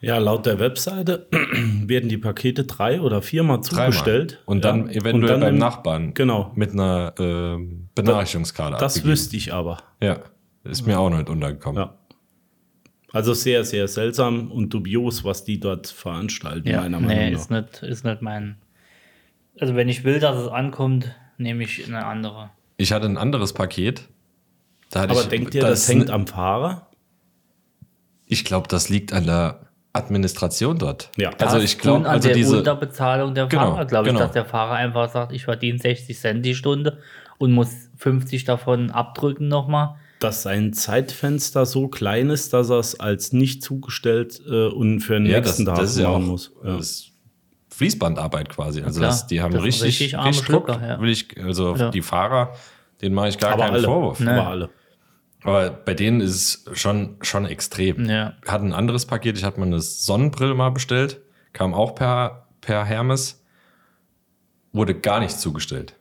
S3: ja, laut der Webseite werden die Pakete drei oder viermal
S2: Dreimal.
S3: zugestellt.
S2: Und dann
S3: ja.
S2: eventuell
S3: Und dann
S2: beim
S3: im-
S2: Nachbarn.
S3: Genau.
S2: Mit einer ähm, Benachrichtigungskarte.
S3: Das
S2: abgegeben.
S3: wüsste ich aber.
S2: Ja. Ist mir auch noch nicht untergekommen.
S3: Ja. Also sehr, sehr seltsam und dubios, was die dort veranstalten,
S4: Ja,
S3: meiner
S4: nee,
S3: Meinung
S4: ist
S3: nach.
S4: nicht, ist nicht mein. Also, wenn ich will, dass es ankommt, nehme ich eine andere.
S2: Ich hatte ein anderes Paket. Da hatte
S3: Aber
S2: ich,
S3: denkt ihr, das,
S2: ne-
S3: hängt am Fahrer?
S2: Ich glaube, das liegt an der Administration dort.
S3: Ja.
S2: Also
S4: Das
S2: ich glaube,
S4: und an
S2: also
S4: der
S2: diese.
S4: Unterbezahlung der
S2: Genau,
S4: Fahrer, glaube ich,
S2: genau.
S4: dass der Fahrer einfach sagt, ich verdiene 60 Cent die Stunde und muss 50 davon abdrücken nochmal.
S3: dass sein Zeitfenster so klein ist, dass er es als nicht zugestellt äh, und für den
S2: ja, das,
S3: nächsten Tag
S2: das ist ja auch
S3: machen muss. Ja.
S2: das ist Fließbandarbeit quasi. Also
S4: klar,
S2: das, die haben
S4: das sind
S2: richtig,
S4: richtig arme
S2: Druck.
S4: Schlucker, ja.
S2: Will ich, also
S4: Ja.
S2: die Fahrer, denen mache ich gar
S3: Aber
S2: keinen
S3: alle,
S2: Vorwurf.
S4: Ne.
S3: aber alle.
S2: Aber bei denen ist es schon, schon extrem.
S4: Ja.
S2: Hat ein anderes Paket, ich hatte mir eine Sonnenbrille mal bestellt, kam auch per, per Hermes, wurde gar nicht zugestellt.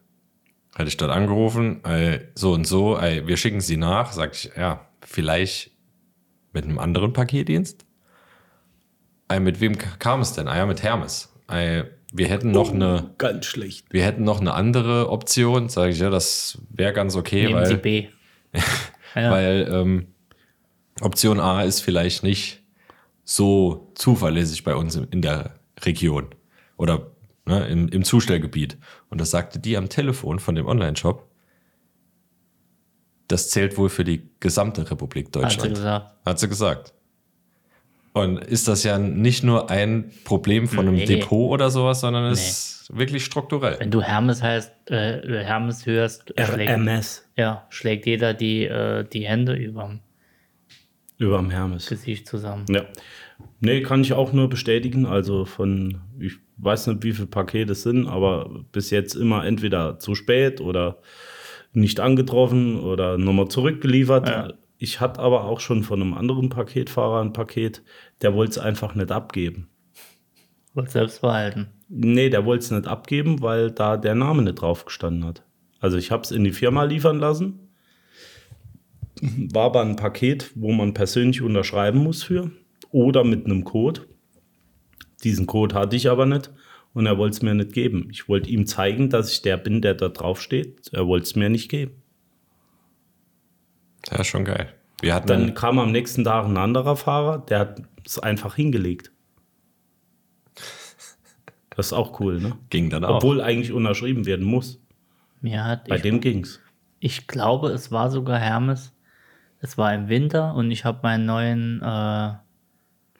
S2: Hatte ich dort angerufen, ey, so und so, ey, wir schicken sie nach, sagte ich, ja, vielleicht mit einem anderen Paketdienst. Ey, mit wem k- kam es denn? Ah ja, mit Hermes. Ey, wir hätten
S4: Oh.
S2: noch eine,
S3: Ganz schlecht.
S2: wir hätten noch eine andere Option, sage ich, ja, das wäre ganz okay,
S4: Nehmen
S2: weil
S4: Sie B. Ja.
S2: weil ähm, Option A ist vielleicht nicht so zuverlässig bei uns in der Region oder ne, im, im Zustellgebiet. Und das sagte die am Telefon von dem Online-Shop. Das zählt wohl für die gesamte Republik
S4: Hat sie
S2: Deutschland.
S4: gesagt.
S2: Hat sie gesagt. Und ist das ja nicht nur ein Problem von einem
S4: Nee.
S2: Depot oder sowas, sondern ist wirklich strukturell.
S4: Wenn du Hermes heißt, äh, Hermes hörst, schlägt,
S3: RMS
S4: ja, schlägt jeder die, äh, die Hände überm
S3: überm Hermes.
S4: Gesicht zusammen.
S3: Ja. Nee, kann ich auch nur bestätigen. Also von, ich weiß nicht, wie viele Pakete es sind, aber bis jetzt immer entweder zu spät oder nicht angetroffen oder nochmal zurückgeliefert. Ich hatte aber auch schon von einem anderen Paketfahrer ein Paket, der wollte es einfach nicht abgeben.
S4: Wird selbst behalten.
S3: Nee, der wollte es nicht abgeben, weil da der Name nicht drauf gestanden hat. Also ich habe es in die Firma liefern lassen. War aber ein Paket, wo man persönlich unterschreiben muss für. Oder mit einem Code. Diesen Code hatte ich aber nicht. Und er wollte es mir nicht geben. Ich wollte ihm zeigen, dass ich der bin, der da drauf steht. Er wollte es mir nicht geben.
S2: Ja, schon geil. Wir hatten
S3: Dann kam am nächsten Tag ein anderer Fahrer, der hat es einfach hingelegt. Das ist auch cool, ne?
S2: ging dann auch.
S3: Obwohl eigentlich unterschrieben werden muss.
S4: Mir hat,
S3: Bei
S4: ich,
S3: dem ging's.
S4: ich glaube, es war sogar Hermes. Es war im Winter und ich habe meinen neuen äh,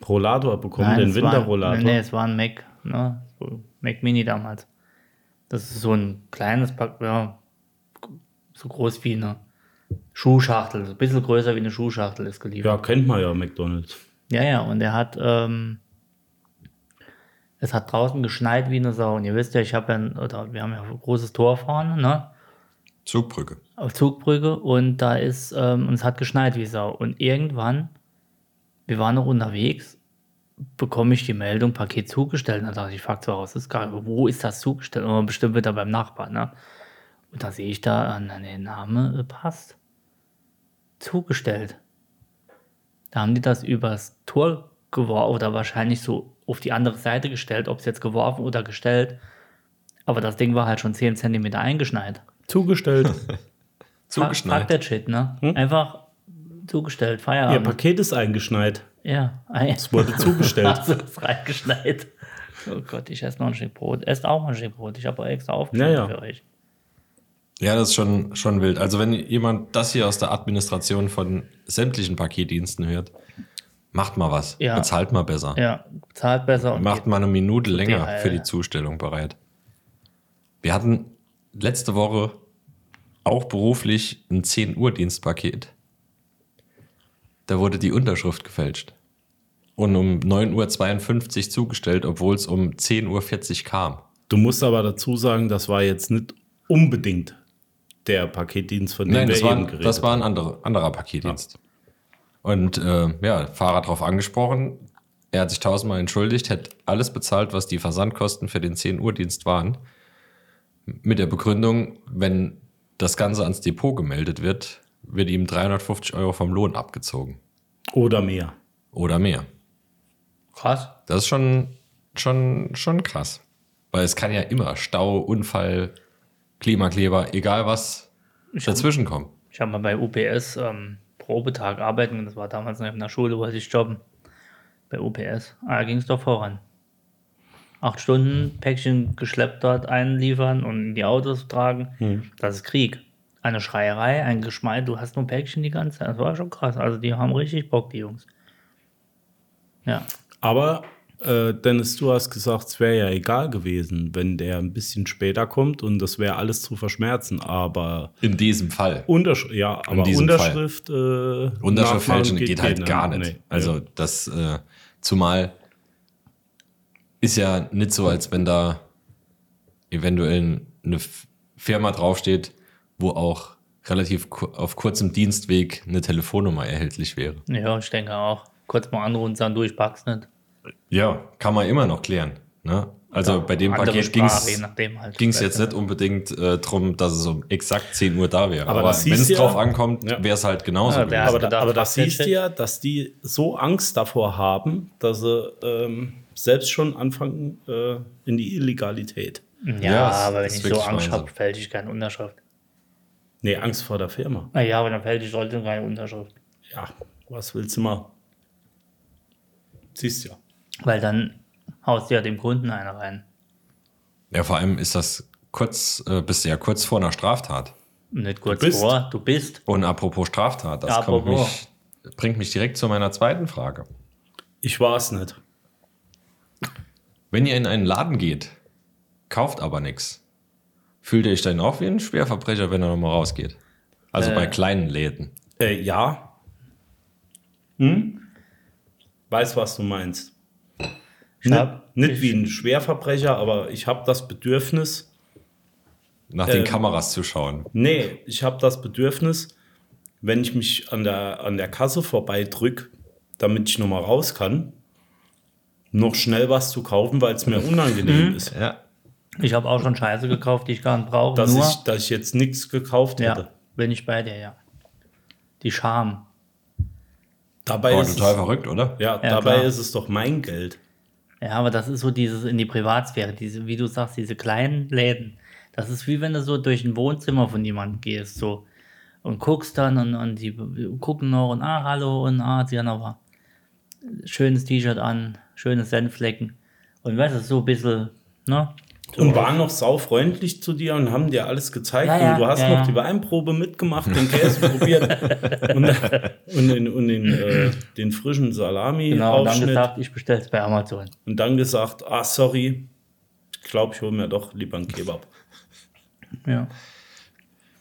S3: Rollator bekommen,
S4: Nein,
S3: den
S4: es war ein-
S3: Winterrollator.
S4: Nee, es war ein Mac, ne? So Mac Mini damals. Das ist so ein kleines Pack, ja, so groß wie eine Schuhschachtel, so ein bisschen größer wie eine Schuhschachtel ist
S3: Ja,
S4: geliefert.
S3: kennt man ja, McDonalds.
S4: Ja, ja, und er hat, ähm, es hat draußen geschneit wie eine Sau. Und ihr wisst ja, ich habe ja, ein- oder wir haben ja ein großes Tor vorne, ne?
S2: Zugbrücke.
S4: auf Zugbrücke und da ist, ähm, und es hat geschneit wie Sau. Und irgendwann, wir waren noch unterwegs, bekomme ich die Meldung, Paket zugestellt. Und dann dachte ich, fuck zu Hause, ist geil, wo ist das zugestellt? Und bestimmt wieder beim Nachbarn, ne? Und da sehe ich da, äh, na, der Name äh, passt. Zugestellt. Da haben die das übers Tor geworfen oder wahrscheinlich so auf die andere Seite gestellt, ob es jetzt geworfen oder gestellt. Aber das Ding war halt schon 10 cm eingeschneit.
S3: Zugestellt.
S4: Fuck
S2: Zugeschneit.
S4: that shit, ne?
S3: Hm?
S4: Einfach zugestellt,
S3: Ihr
S4: Feierabend.
S3: Paket ist eingeschneit.
S4: Ja, ein.
S3: Es wurde zugestellt.
S4: Hast du es reingeschneit? Oh Gott, ich esse noch ein Stück Brot. Esst auch mal ein Stück Brot. Ich habe extra aufgeschnitten
S3: Ja, ja.
S4: für euch.
S2: Ja, das ist schon, schon wild. Also wenn jemand das hier aus der Administration von sämtlichen Paketdiensten hört, macht mal was.
S4: Ja.
S2: Bezahlt mal besser.
S4: Ja, zahlt besser und
S2: Macht mal eine Minute länger
S4: DHL,
S2: für die
S4: ja.
S2: Zustellung bereit. Wir hatten letzte Woche auch beruflich ein 10 Uhr Dienstpaket. Da wurde die Unterschrift gefälscht und um 9.52 Uhr zugestellt, obwohl es um 10.40 Uhr kam.
S3: Du musst aber dazu sagen, das war jetzt nicht unbedingt der Paketdienst, von dem
S2: Nein,
S3: wir
S2: das war,
S3: eben geredet
S2: das war ein andere, anderer Paketdienst. Und äh, ja, Fahrer drauf angesprochen. Er hat sich tausendmal entschuldigt, hätte alles bezahlt, was die Versandkosten für den 10-Uhr-Dienst waren. Mit der Begründung, wenn das Ganze ans Depot gemeldet wird, wird ihm 350 Euro vom Lohn abgezogen.
S3: Oder mehr.
S2: Oder mehr.
S4: krass.
S2: Das ist schon, schon, schon krass. Weil es kann ja immer Stau, Unfall, Klimakleber, egal was dazwischen kommen.
S4: Ich habe mal bei UPS ähm, Probetag arbeiten und das war damals noch in der Schule, wollte ich jobben. Bei UPS. Ah, da ging es doch voran. Acht Stunden Päckchen geschleppt dort einliefern und in die Autos tragen.
S2: Hm.
S4: Das ist Krieg. Eine Schreierei, ein Geschmei, du hast nur Päckchen die ganze Zeit. Das war schon krass. Also die haben richtig Bock, die Jungs. Ja.
S3: Aber äh, Dennis, du hast gesagt, es wäre ja egal gewesen, wenn der ein bisschen später kommt und das wäre alles zu verschmerzen. Aber,
S2: In diesem Fall.
S3: Untersch ja, aber
S2: diesem
S3: Unterschrift. Äh, nachmachen
S2: Unterschrift fälschen geht, halt
S3: nicht.
S2: gar nicht.
S3: Nee.
S2: also das, äh, zumal ist ja nicht so, als wenn da eventuell eine F- Firma draufsteht, wo auch relativ ku auf kurzem Dienstweg eine Telefonnummer erhältlich wäre.
S4: Ja, ich denke auch. Kurz mal anrufen und sagen, du, ich pack's nicht.
S2: Ja, kann man immer noch klären. Ne? Also bei dem
S4: Andere
S2: Paket ging
S4: Sprache,
S2: es
S4: je nachdem halt.
S2: jetzt nicht unbedingt äh, darum, dass es um exakt 10 Uhr da wäre.
S3: Aber
S2: Aber,
S3: das
S2: wenn es
S3: siehst du ja-
S2: drauf ankommt,
S3: Ja.
S2: wäre es halt genauso.
S4: Ja,
S2: gewesen.
S4: der-
S3: Aber,
S4: gedacht,
S3: da, aber
S4: was
S3: das
S4: der
S3: siehst
S4: Shit?
S3: du ja, dass die so Angst davor haben, dass sie ähm, selbst schon anfangen äh, in die Illegalität.
S4: Ja,
S2: Ja, es
S4: aber wenn
S2: ist
S4: ich so
S2: wirklich
S4: Angst
S2: Wahnsinn.
S4: habe, fälsche ich keine Unterschrift.
S3: Nee, Angst vor der Firma.
S4: Na ja, aber dann fällt die trotzdem keine Unterschrift.
S3: Ja, was willst du mal? Siehst ja.
S4: Weil dann haust du ja dem Kunden eine rein.
S2: Ja, vor allem ist das kurz, äh, bist du ja kurz vor einer Straftat.
S4: Nicht kurz
S3: bist.
S4: vor, du bist.
S2: Und apropos Straftat, das kommt
S4: Apropos.
S2: mich, bringt mich direkt zu meiner zweiten Frage.
S3: Ich war es nicht.
S2: Wenn ihr in einen Laden geht, kauft aber nichts, fühlt ihr euch dann auch wie ein Schwerverbrecher, wenn er nochmal rausgeht? Also bei kleinen Läden.
S3: Äh, ja. Hm? Weiß, was du meinst.
S4: Ich
S3: Ne-
S4: hab-
S3: nicht nicht
S4: ich-
S3: wie ein Schwerverbrecher, aber ich habe das Bedürfnis.
S2: Nach
S3: Äh.
S2: den Kameras zu schauen.
S3: Nee, ich habe das Bedürfnis, wenn ich mich an der, an der Kasse vorbeidrück, damit ich nochmal raus kann, noch schnell was zu kaufen, weil es mir
S4: Mhm.
S3: unangenehm ist.
S2: Ja.
S4: Ich habe auch schon Scheiße gekauft, die ich gar nicht brauche.
S3: Dass
S4: Nur,
S3: ich, dass ich jetzt nichts gekauft hätte.
S4: ja, bin ich bei dir, ja. Die Scham.
S3: Dabei,
S2: Oh,
S3: ist,
S2: total
S3: es,
S2: verrückt, oder?
S3: ja, dabei
S4: klar.
S3: ist es doch mein Geld.
S4: Ja, aber das ist so dieses in die Privatsphäre, diese, wie du sagst, diese kleinen Läden. Das ist wie wenn du so durch ein Wohnzimmer von jemandem gehst, so und guckst dann und, und die gucken noch und ah, hallo und ah, sie haben aber schönes T-Shirt an, schöne Senflecken. Und weißt du, so ein bisschen, ne?
S3: Und waren noch saufreundlich zu dir und haben dir alles gezeigt.
S4: Ja, ja,
S3: und du hast
S4: ja,
S3: noch
S4: ja.
S3: die Weinprobe mitgemacht, den Käse probiert und, und, den, und den, äh, den frischen
S4: Genau, und dann
S3: Salami-Aufschnitt.
S4: gesagt, ich bestell's bei Amazon.
S3: und dann gesagt, ah, sorry, ich glaube, ich hole mir doch lieber einen Kebab.
S4: Ja.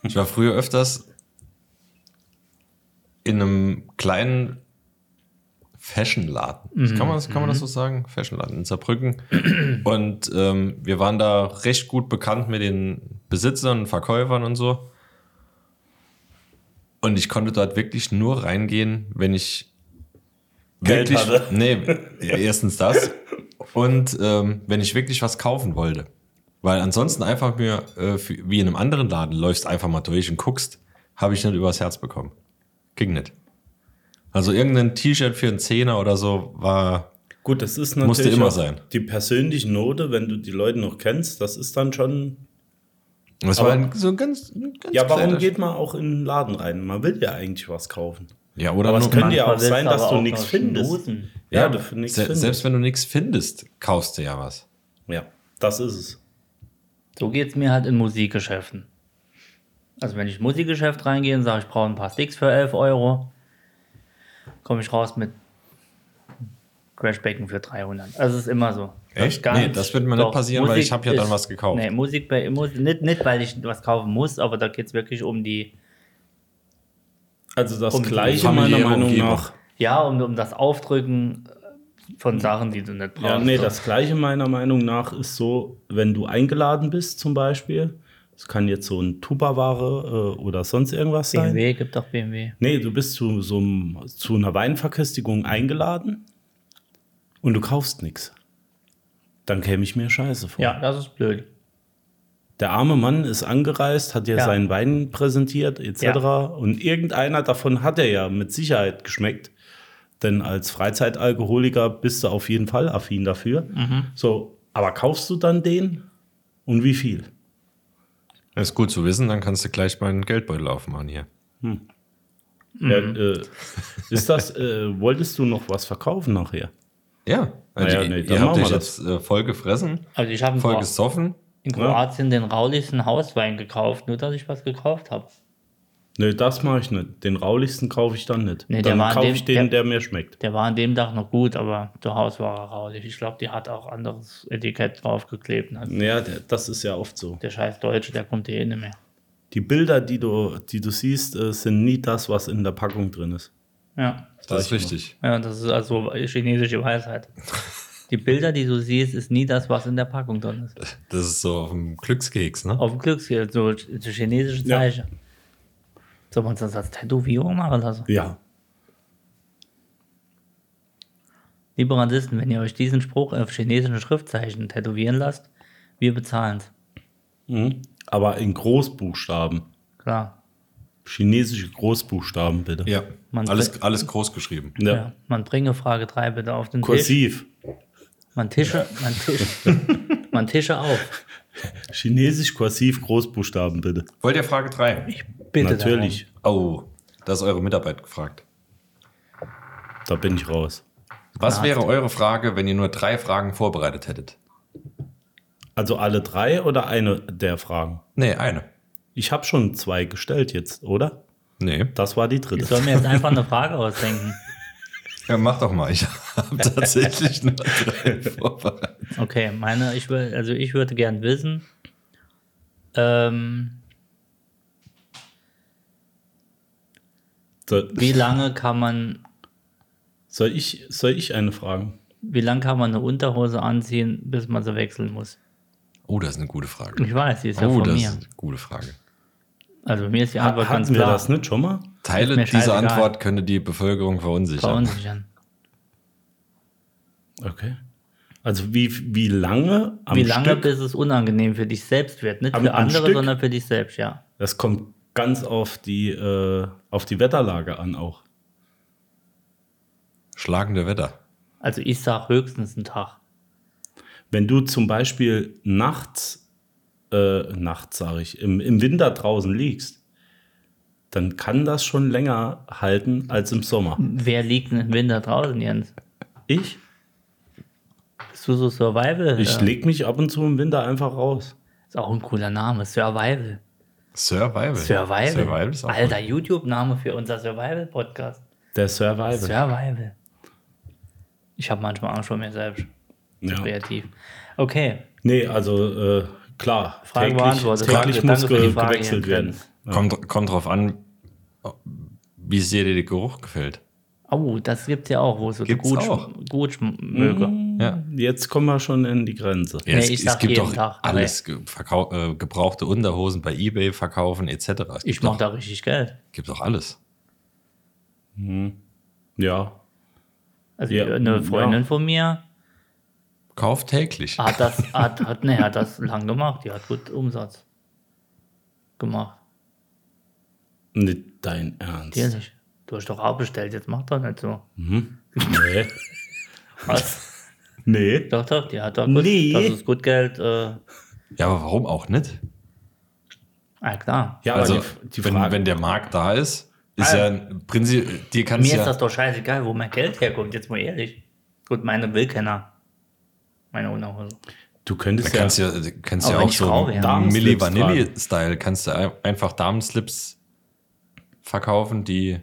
S2: Ich war früher öfters in einem kleinen Fashionladen.
S3: Mhm.
S2: Das Kann, man, das- kann man das so sagen? Fashionladen in Saarbrücken. Und ähm, wir waren da recht gut bekannt mit den Besitzern und Verkäufern und so. Und ich konnte dort wirklich nur reingehen, wenn ich
S3: Geld
S2: wirklich,
S3: hatte.
S2: Nee, ja, erstens das. Und ähm, wenn ich wirklich was kaufen wollte. Weil ansonsten einfach mir, äh, für, wie in einem anderen Laden, läufst einfach mal durch und guckst, habe ich nicht übers Herz bekommen. Ging nicht. Also irgendein T-Shirt für einen Zehner oder so war
S3: Gut, das ist natürlich
S2: Musste immer
S3: auch
S2: sein.
S3: die persönliche Note, wenn du die Leute noch kennst, das ist dann schon.
S2: Und Das
S3: Aber-
S2: war ein- so ein ganz, ein ganz
S3: Ja, warum
S2: kleiner-
S3: geht man auch in den Laden rein? Man will ja eigentlich was kaufen.
S2: Ja, oder
S3: Aber es
S2: nur-
S3: könnte ja
S4: Manchmal
S3: auch sein,
S4: willst du
S3: dass
S4: aber
S3: du
S4: auch
S3: nichts
S4: noch
S3: findest.
S4: Schnusen.
S3: Ja, du für nichts
S2: se
S3: findest.
S2: Selbst wenn du nichts findest, kaufst du ja was.
S3: ja, das ist es.
S4: So geht es mir halt in Musikgeschäften. Also wenn ich in ein Musikgeschäft reingehe und sage, ich brauche ein paar Sticks für 11 Euro, komme ich raus mit Crashbacken für 300. Also es ist immer so.
S2: Echt? Nee, das wird mir nicht passieren, weil ich hab ja dann was gekauft.
S4: Nee, Musik bei, Mus nicht, nicht, weil ich was kaufen muss, aber da geht es wirklich um die,
S3: Also das
S4: Um die
S3: Gleiche meiner
S2: familiäre
S3: Meinung
S2: Umgebung.
S3: nach.
S4: ja, um, um das Aufdrücken von Sachen, die du nicht brauchst.
S3: Ja, nee,
S4: So.
S3: das Gleiche meiner Meinung nach ist so, wenn du eingeladen bist zum Beispiel. Es kann jetzt so ein Tupperware äh, oder sonst irgendwas sein.
S4: BMW gibt doch BMW.
S3: Nee, du bist zu, so einem, zu einer Weinverköstigung eingeladen und du kaufst nichts. Dann käme ich mir scheiße vor.
S4: Ja, das ist blöd.
S3: Der arme Mann ist angereist, hat dir
S4: Ja.
S3: seinen Wein präsentiert, etc.
S4: Ja.
S3: Und irgendeiner davon hat er ja mit Sicherheit geschmeckt. Denn als Freizeitalkoholiker bist du auf jeden Fall affin dafür.
S4: Mhm.
S3: So, aber kaufst du dann den? Und wie viel?
S2: Ist gut zu wissen, dann kannst du gleich meinen Geldbeutel aufmachen hier.
S4: Mhm.
S3: Ja, äh, ist das, äh, wolltest du noch was verkaufen nachher?
S2: Ja, also
S3: ja,
S2: ihr-
S3: nee, dann
S2: ihr habt
S3: machen wir
S2: euch
S3: das.
S2: jetzt äh, voll gefressen,
S4: Also ich habe
S2: voll gesoffen.
S4: in Kroatien den rauligsten Hauswein gekauft, nur dass ich was gekauft habe.
S3: Nee, das mache ich nicht. Den rauligsten kaufe ich dann nicht.
S4: Nee, der
S3: dann
S4: war an
S3: kaufe
S4: dem-
S3: ich den, der,
S4: der-
S3: mir schmeckt.
S4: Der war an dem Tag noch gut, aber zu Hause war er raulig. Ich glaube, die hat auch anderes Etikett draufgeklebt. und hat-
S3: Ja, der, das ist ja oft so.
S4: Der scheiß Deutsche, der kommt hier eh nicht mehr.
S3: Die Bilder, die du, die du siehst, äh, sind nie das, was in der Packung drin ist.
S4: Ja.
S2: Das ist richtig.
S4: ja, das ist also chinesische Weisheit. Die Bilder, die du siehst, ist nie das, was in der Packung drin ist.
S2: Das ist so auf dem Glückskeks, ne?
S4: Auf dem Glücksgeld, so ch- chinesische
S3: Ja.
S4: Zeichen. Soll man uns das als Tätowierung machen lassen?
S3: Ja.
S4: Liebe Rassisten, wenn ihr euch diesen Spruch auf chinesischen Schriftzeichen tätowieren lasst, wir bezahlen's.
S3: Mhm. Aber in Großbuchstaben.
S4: Klar.
S3: Chinesische Großbuchstaben, bitte.
S2: Ja,
S4: Man-
S2: alles, alles groß geschrieben.
S3: Ja.
S4: Ja. Man bringe Frage 3 bitte auf den Tisch.
S3: Kursiv.
S4: Man tische, man tische, man tische auf.
S3: Chinesisch kursiv Großbuchstaben, bitte.
S2: Wollt ihr Frage 3?
S4: Bitte
S3: Natürlich.
S2: Oh, da ist eure Mitarbeit gefragt.
S3: Da bin ich raus.
S2: Was wäre eure Frage, wenn ihr nur drei Fragen vorbereitet hättet?
S3: Also alle drei oder eine der Fragen?
S2: Nee, eine.
S3: Ich habe schon zwei gestellt jetzt, oder?
S2: Nee.
S3: Das war die
S4: Darum. Ich
S3: dritte.
S4: soll mir jetzt einfach eine Frage ausdenken.
S2: Ja, mach doch mal. Ich habe tatsächlich nur drei vorbereitet.
S4: Okay, meine, ich will, also ich würde gern wissen, ähm,
S3: So-
S4: wie lange kann man,
S3: Soll ich, soll ich eine fragen?
S4: wie lange kann man eine Unterhose anziehen, bis man sie wechseln muss?
S2: Oh, das ist eine gute Frage.
S4: Ich weiß, die ist ja
S2: Oh,
S4: von
S2: das
S4: mir.
S2: ist eine gute Frage.
S4: Also mir ist die Antwort ganz
S3: Hatten wir
S4: klar.
S3: das nicht schon mal?
S2: Teile
S4: mir
S2: dieser
S4: scheißegal.
S2: Antwort könnte die Bevölkerung verunsichern.
S4: Verunsichern.
S3: Okay. Also wie, wie lange am
S4: Wie lange,
S3: Stück?
S4: bis es unangenehm für dich selbst wird? Nicht
S3: Am-
S4: für
S3: am
S4: andere,
S3: Stück?
S4: sondern für dich selbst, ja.
S3: Das kommt ganz auf die, äh, auf die Wetterlage an auch.
S2: Schlagende Wetter.
S4: Also ich sag höchstens einen Tag.
S3: Wenn du zum Beispiel nachts, äh, nachts sage ich, im, im Winter draußen liegst, dann kann das schon länger halten als im Sommer.
S4: Wer liegt denn im Winter draußen, Jens?
S3: Ich?
S4: Bist du so Survival?
S3: Ich
S4: äh,
S3: leg mich ab und zu im Winter einfach raus.
S4: Ist auch ein cooler Name. Survival.
S2: Survival.
S4: Survival.
S2: Survival ist auch
S4: Alter, YouTube-Name für unser Survival-Podcast.
S3: Der Survival.
S4: Survival. Ich habe manchmal Angst vor mir selbst.
S3: ja.
S4: Kreativ. Okay,
S3: Nee, also äh, klar.
S4: Frage beantwortet.
S3: täglich
S4: Danke-
S3: muss
S4: danke für
S3: ge
S4: die Frage,
S3: gewechselt
S4: Jens.
S3: werden.
S2: gut. Kommt, kommt drauf an, wie sehr dir der Geruch gefällt.
S4: oh, das gibt's ja auch, wo es so
S2: Gibt's
S4: gut,
S2: auch.
S4: schm- gut schm- möge.
S2: Ja.
S3: Jetzt kommen wir schon in die Grenze.
S2: Ja,
S4: Nee,
S2: es,
S4: ich
S2: es
S4: sag
S2: gibt
S4: jeden
S2: doch
S4: Tag, aber-
S2: alles ge verkau- äh, gebrauchte Unterhosen bei Ebay verkaufen etc. Es
S4: Ich
S2: gibt
S4: mache
S2: doch,
S4: da richtig Geld.
S2: gibt doch alles.
S3: Ja.
S4: Also
S3: Ja,
S4: eine Freundin
S3: ja.
S4: von mir
S2: Kauf täglich.
S4: hat das, hat, hat, nee, hat das lang gemacht. Die hat gut Umsatz gemacht.
S3: Nicht dein Ernst.
S4: Dir nicht. Du hast doch auch bestellt, jetzt mach doch nicht so.
S3: Nee.
S4: Was?
S3: Nee.
S4: Doch, doch, die hat doch gut,
S3: Nee.
S4: das ist gut Geld. Äh,
S2: Ja, aber warum auch nicht?
S4: ah, klar.
S3: Ja,
S2: also,
S3: aber die, die
S2: wenn,
S3: Frage.
S2: wenn der Markt da ist, ist
S3: Ah.
S2: ja ein Prinzip, dir kannst
S4: Mir
S2: ja,
S4: ist das doch scheißegal, wo mein Geld herkommt, jetzt mal ehrlich. Gut, meine will keiner. Meine Unterhose.
S3: du
S2: da
S3: könntest ja,
S2: kannst ja, äh, kannst
S4: Aber
S2: ja
S4: wenn
S2: auch
S4: ich
S2: so
S4: Frau wäre.
S2: einen Milli
S3: Damenslips
S2: Vanilli Style, kannst du ein- einfach Damenslips verkaufen, die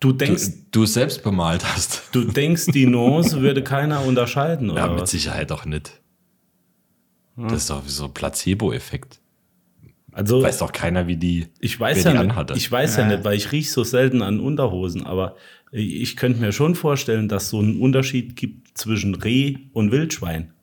S3: Du
S2: du,
S3: denkst,
S2: du selbst bemalt hast.
S3: du denkst, die Nuance würde keiner unterscheiden, oder?
S2: Ja, mit
S3: was? Hm.
S2: Sicherheit auch nicht. Das ist doch so ein Placebo-Effekt.
S3: Also,
S2: Weiß doch keiner, wie die.
S3: ich weiß
S2: wer
S3: ja
S2: die
S3: nicht,
S2: anhatte.
S3: ich weiß ja. nicht, weil ich rieche so selten an Unterhosen, aber ich könnte mir schon vorstellen, dass so einen Unterschied gibt zwischen Reh und Wildschwein.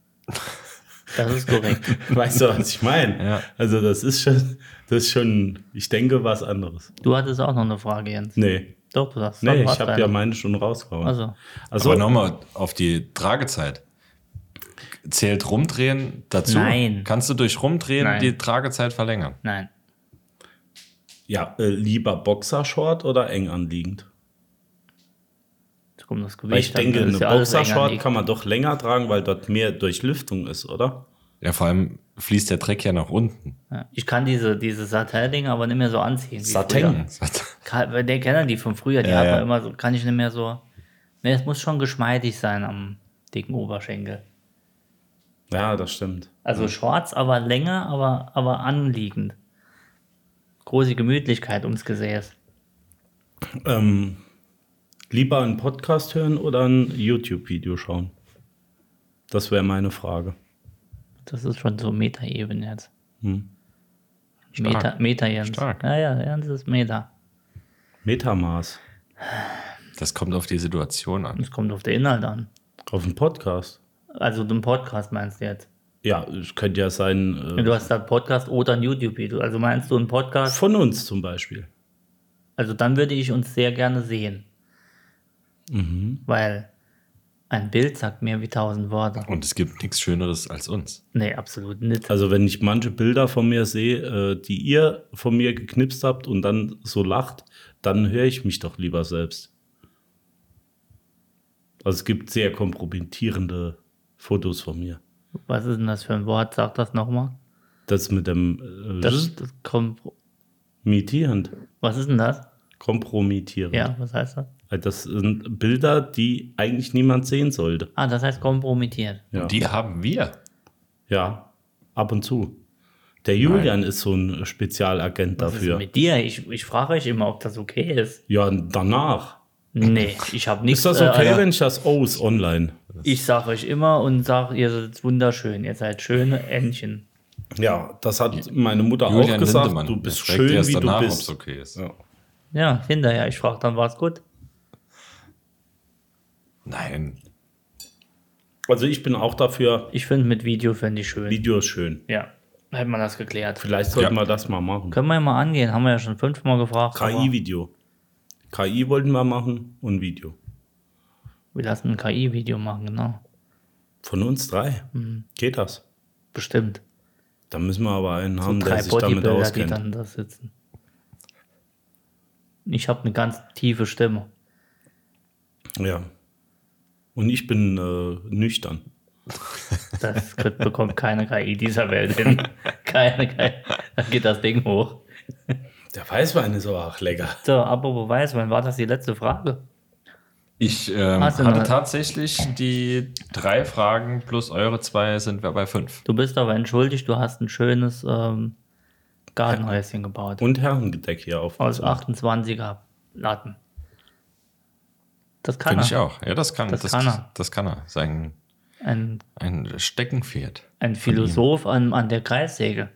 S4: Das ist korrekt.
S3: Weißt du, was ich meine?
S2: Ja.
S3: Also, das ist schon, das ist schon, ich denke, was anderes.
S4: du hattest auch noch eine Frage, Jens.
S3: Nee.
S4: Doch, du hast
S3: Nee,
S4: doch was
S3: ich habe
S4: deine-
S3: ja meine schon rausgehauen.
S4: Also,
S3: also
S2: Aber nochmal auf die Tragezeit. Zählt Rumdrehen dazu?
S4: Nein.
S2: Kannst du durch Rumdrehen
S4: Nein.
S2: die Tragezeit verlängern?
S4: nein.
S3: ja, äh, lieber Boxershort oder eng anliegend?
S4: Jetzt kommt das Gewicht.
S3: Weil ich
S4: an,
S3: denke,
S4: das ist
S3: eine
S4: ja alles
S3: Boxershort
S4: eng
S3: kann man doch länger tragen, weil dort mehr Durchlüftung ist, oder?
S2: Ja, vor allem fließt der Dreck ja nach unten.
S4: an- Ja. Ich kann diese, diese Satin-Dinger aber nicht mehr so anziehen. wie
S3: Satin.
S4: früher. Ka- weil Der kennt die von früher, die
S2: Ja,
S4: hat man
S2: ja.
S4: immer so, kann ich nicht mehr so. Nee, es muss schon geschmeidig sein am dicken Oberschenkel.
S3: Ja, das stimmt.
S4: Also schwarz, aber länger, aber, aber anliegend. Große Gemütlichkeit ums Gesäß.
S3: Ähm, lieber einen Podcast hören oder ein YouTube-Video schauen? Das wäre meine Frage.
S4: Das ist schon so Meta-Ebene jetzt.
S3: Hm.
S4: Meta, Meta Jens.
S2: Stark.
S4: Ja, ja, Jens ist Meta.
S3: Metamaß
S2: Das kommt auf die Situation an.
S4: Es kommt auf den Inhalt an.
S3: auf dem Podcast.
S4: Also den Podcast meinst du jetzt?
S3: Ja, es könnte ja sein, äh,
S4: Du hast gesagt Podcast oder ein YouTube-Video. Also meinst du einen Podcast?
S3: von uns zum Beispiel.
S4: Also dann würde ich uns sehr gerne sehen. Weil ein Bild sagt mehr wie tausend Worte.
S2: Und es gibt nichts Schöneres als uns.
S4: Nee, absolut nicht.
S3: Also wenn ich manche Bilder von mir sehe, äh, die ihr von mir geknipst habt und dann so lacht, dann höre ich mich doch lieber selbst. Also es gibt sehr kompromittierende Fotos von mir.
S4: Was ist denn das für ein Wort? Sag das nochmal.
S3: Das mit dem äh,
S4: Das, das kommt,
S3: kompromittierend.
S4: was ist denn das?
S3: Kompromittierend.
S4: Ja, was heißt das?
S3: Also Das sind Bilder, die eigentlich niemand sehen sollte.
S4: Ah, das heißt kompromittiert.
S3: Ja,
S2: Und die haben wir.
S3: ja ab und zu. Der Julian ist so ein Spezialagent
S4: Was ist
S3: dafür.
S4: mit dir? Ich, ich frage euch immer, ob das okay ist.
S3: Ja, danach.
S4: Nee, ich habe nichts.
S3: Ist das okay,
S4: äh, Alter.
S3: wenn ich das... Oh, ist online.
S4: ich sage euch immer und sage, ihr seid wunderschön, ihr seid schöne Entchen.
S3: Ja, das hat meine Mutter auch
S2: Julian
S3: gesagt.
S2: Lindemann.
S3: Du bist
S2: Er fragt
S3: schön,
S2: erst
S3: wie
S2: danach,
S3: du
S2: ob's
S3: bist.
S2: okay ist.
S3: Ja.
S4: Ja, hinterher. Ich frage, dann war es gut.
S2: Nein.
S3: Also ich bin auch dafür,
S4: Ich finde mit Video finde ich schön.
S3: Video ist schön.
S4: Ja, hätte man das geklärt.
S3: Vielleicht sollten
S2: Ja.
S3: wir das mal machen.
S4: Können wir ja mal angehen, haben wir ja schon fünfmal gefragt. aber
S3: KI-Video. KI wollten wir machen und Video.
S4: wir lassen ein KI-Video machen, genau.
S3: Von uns drei.
S4: Mhm.
S3: Geht das?
S4: Bestimmt.
S3: Da müssen wir aber einen haben,
S4: drei
S3: der sich damit
S4: Bodybuilder, die
S3: auskennt.
S4: dann da sitzen. Ich habe eine ganz tiefe Stimme.
S3: Ja. Und ich bin äh, nüchtern.
S4: Das kriegt- bekommt keine KI dieser Welt hin. Keine KI. Dann geht das Ding hoch.
S3: Der Weißwein ist aber auch lecker.
S4: So, apropos weiß, wann war das die letzte Frage?
S2: Ich ähm,
S4: Hast du
S2: hatte
S4: noch-
S2: tatsächlich die drei Fragen plus eure zwei sind wir bei fünf.
S4: Du bist aber entschuldigt, du hast ein schönes ähm, Gartenhäuschen gebaut.
S3: Und Herrengedeck hier auf.
S4: Aus 28er Latten. Das kann
S2: Finde
S4: er.
S2: ich auch. Ja, das kann,
S4: Das
S2: das, das,
S4: kann er.
S2: das kann er. Sein
S4: Ein,
S2: ein Steckenpferd.
S4: ein Philosoph an, an der Kreissäge.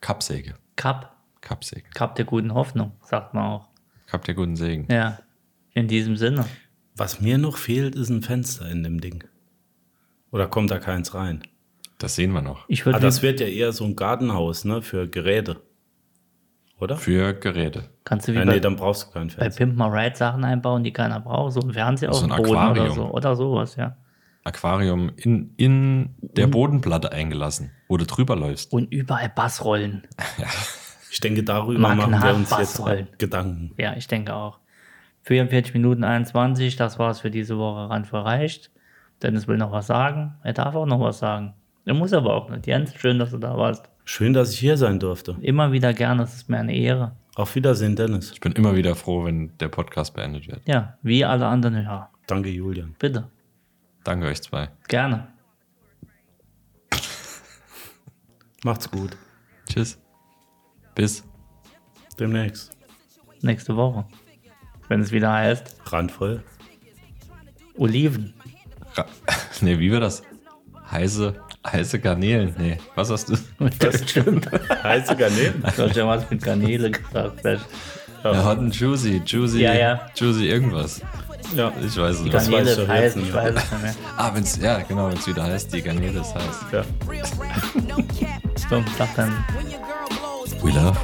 S2: Kappsäge.
S4: Kap,
S2: Kappsäge.
S4: Kap der guten Hoffnung, sagt man auch.
S2: Kapp der guten Segen.
S4: Ja, in diesem Sinne.
S3: Was mir noch fehlt, ist ein Fenster in dem Ding. Oder kommt da keins rein?
S2: Das sehen wir noch.
S4: Ich
S3: Ah,
S4: würde,
S3: das wird ja eher so ein Gartenhaus, ne? Für Geräte. Oder?
S2: Für Geräte.
S4: kannst du wie
S3: Ja,
S4: bei,
S3: nee, dann brauchst du kein
S4: bei
S3: Fenster.
S4: Pimp My Ride Sachen einbauen, die keiner braucht, so ein Fernseher auf
S2: So
S4: dem
S2: ein
S4: Boden oder
S2: Aquarium.
S4: so oder sowas, ja.
S2: Aquarium in, in
S4: Mhm.
S2: der Bodenplatte eingelassen, wo du drüber läufst.
S4: Und überall Bassrollen.
S3: Ich denke, darüber
S4: Markenhaft
S3: machen wir uns
S4: was
S3: jetzt
S4: sollen.
S3: Gedanken.
S4: Ja, ich denke auch. 44 Minuten 21, das war's für diese Woche Rand verreicht. Dennis will noch was sagen. Er darf auch noch was sagen. Er muss aber auch nicht. Jens, schön, dass du da warst.
S3: Schön, dass ich hier sein durfte.
S4: Immer wieder gerne, es ist mir eine Ehre.
S3: Auf Wiedersehen, Dennis.
S2: Ich bin immer wieder froh, wenn der Podcast beendet wird.
S4: Ja, wie alle anderen Hörer.
S3: Danke, Julian.
S4: Bitte,
S2: Danke euch zwei.
S4: gerne.
S3: Macht's gut.
S2: Tschüss. Bis.
S3: Demnächst.
S4: Nächste Woche. Wenn es wieder heißt,
S3: Randvoll.
S4: Oliven.
S2: Ra nee, wie war das? Heiße, heiße Garnelen. Nee, was hast du?
S4: Das stimmt.
S3: Heiße Garnelen.
S4: Du hast ja was mit Garnele gesagt. Flash.
S2: Ja, Hot and Juicy, Juicy,
S4: Ja, ja.
S2: Juicy irgendwas.
S3: Ja,
S2: Ich weiß es nicht.
S3: Das
S4: Garnele
S3: weiß ich doch
S4: ist heiß,
S3: jetzt nicht.
S4: ich weiß es nicht mehr.
S2: Ah, wenn's, ja, genau, wenn's wieder heißt, die Garnele ist heiß.
S3: ja.
S4: Stimmt, sag dann.
S2: We love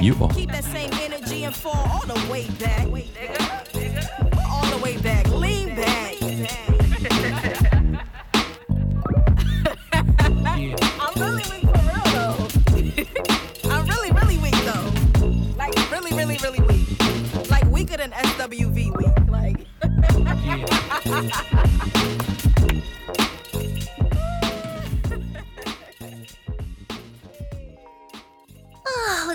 S2: you all.
S1: Keep that same energy and fall all the way back. All the way back. Lean back.
S5: I'm really weak for real though. I'm really, really weak though. Like really, really, really weak. Like weaker than SWV weak. Like.
S6: Oh,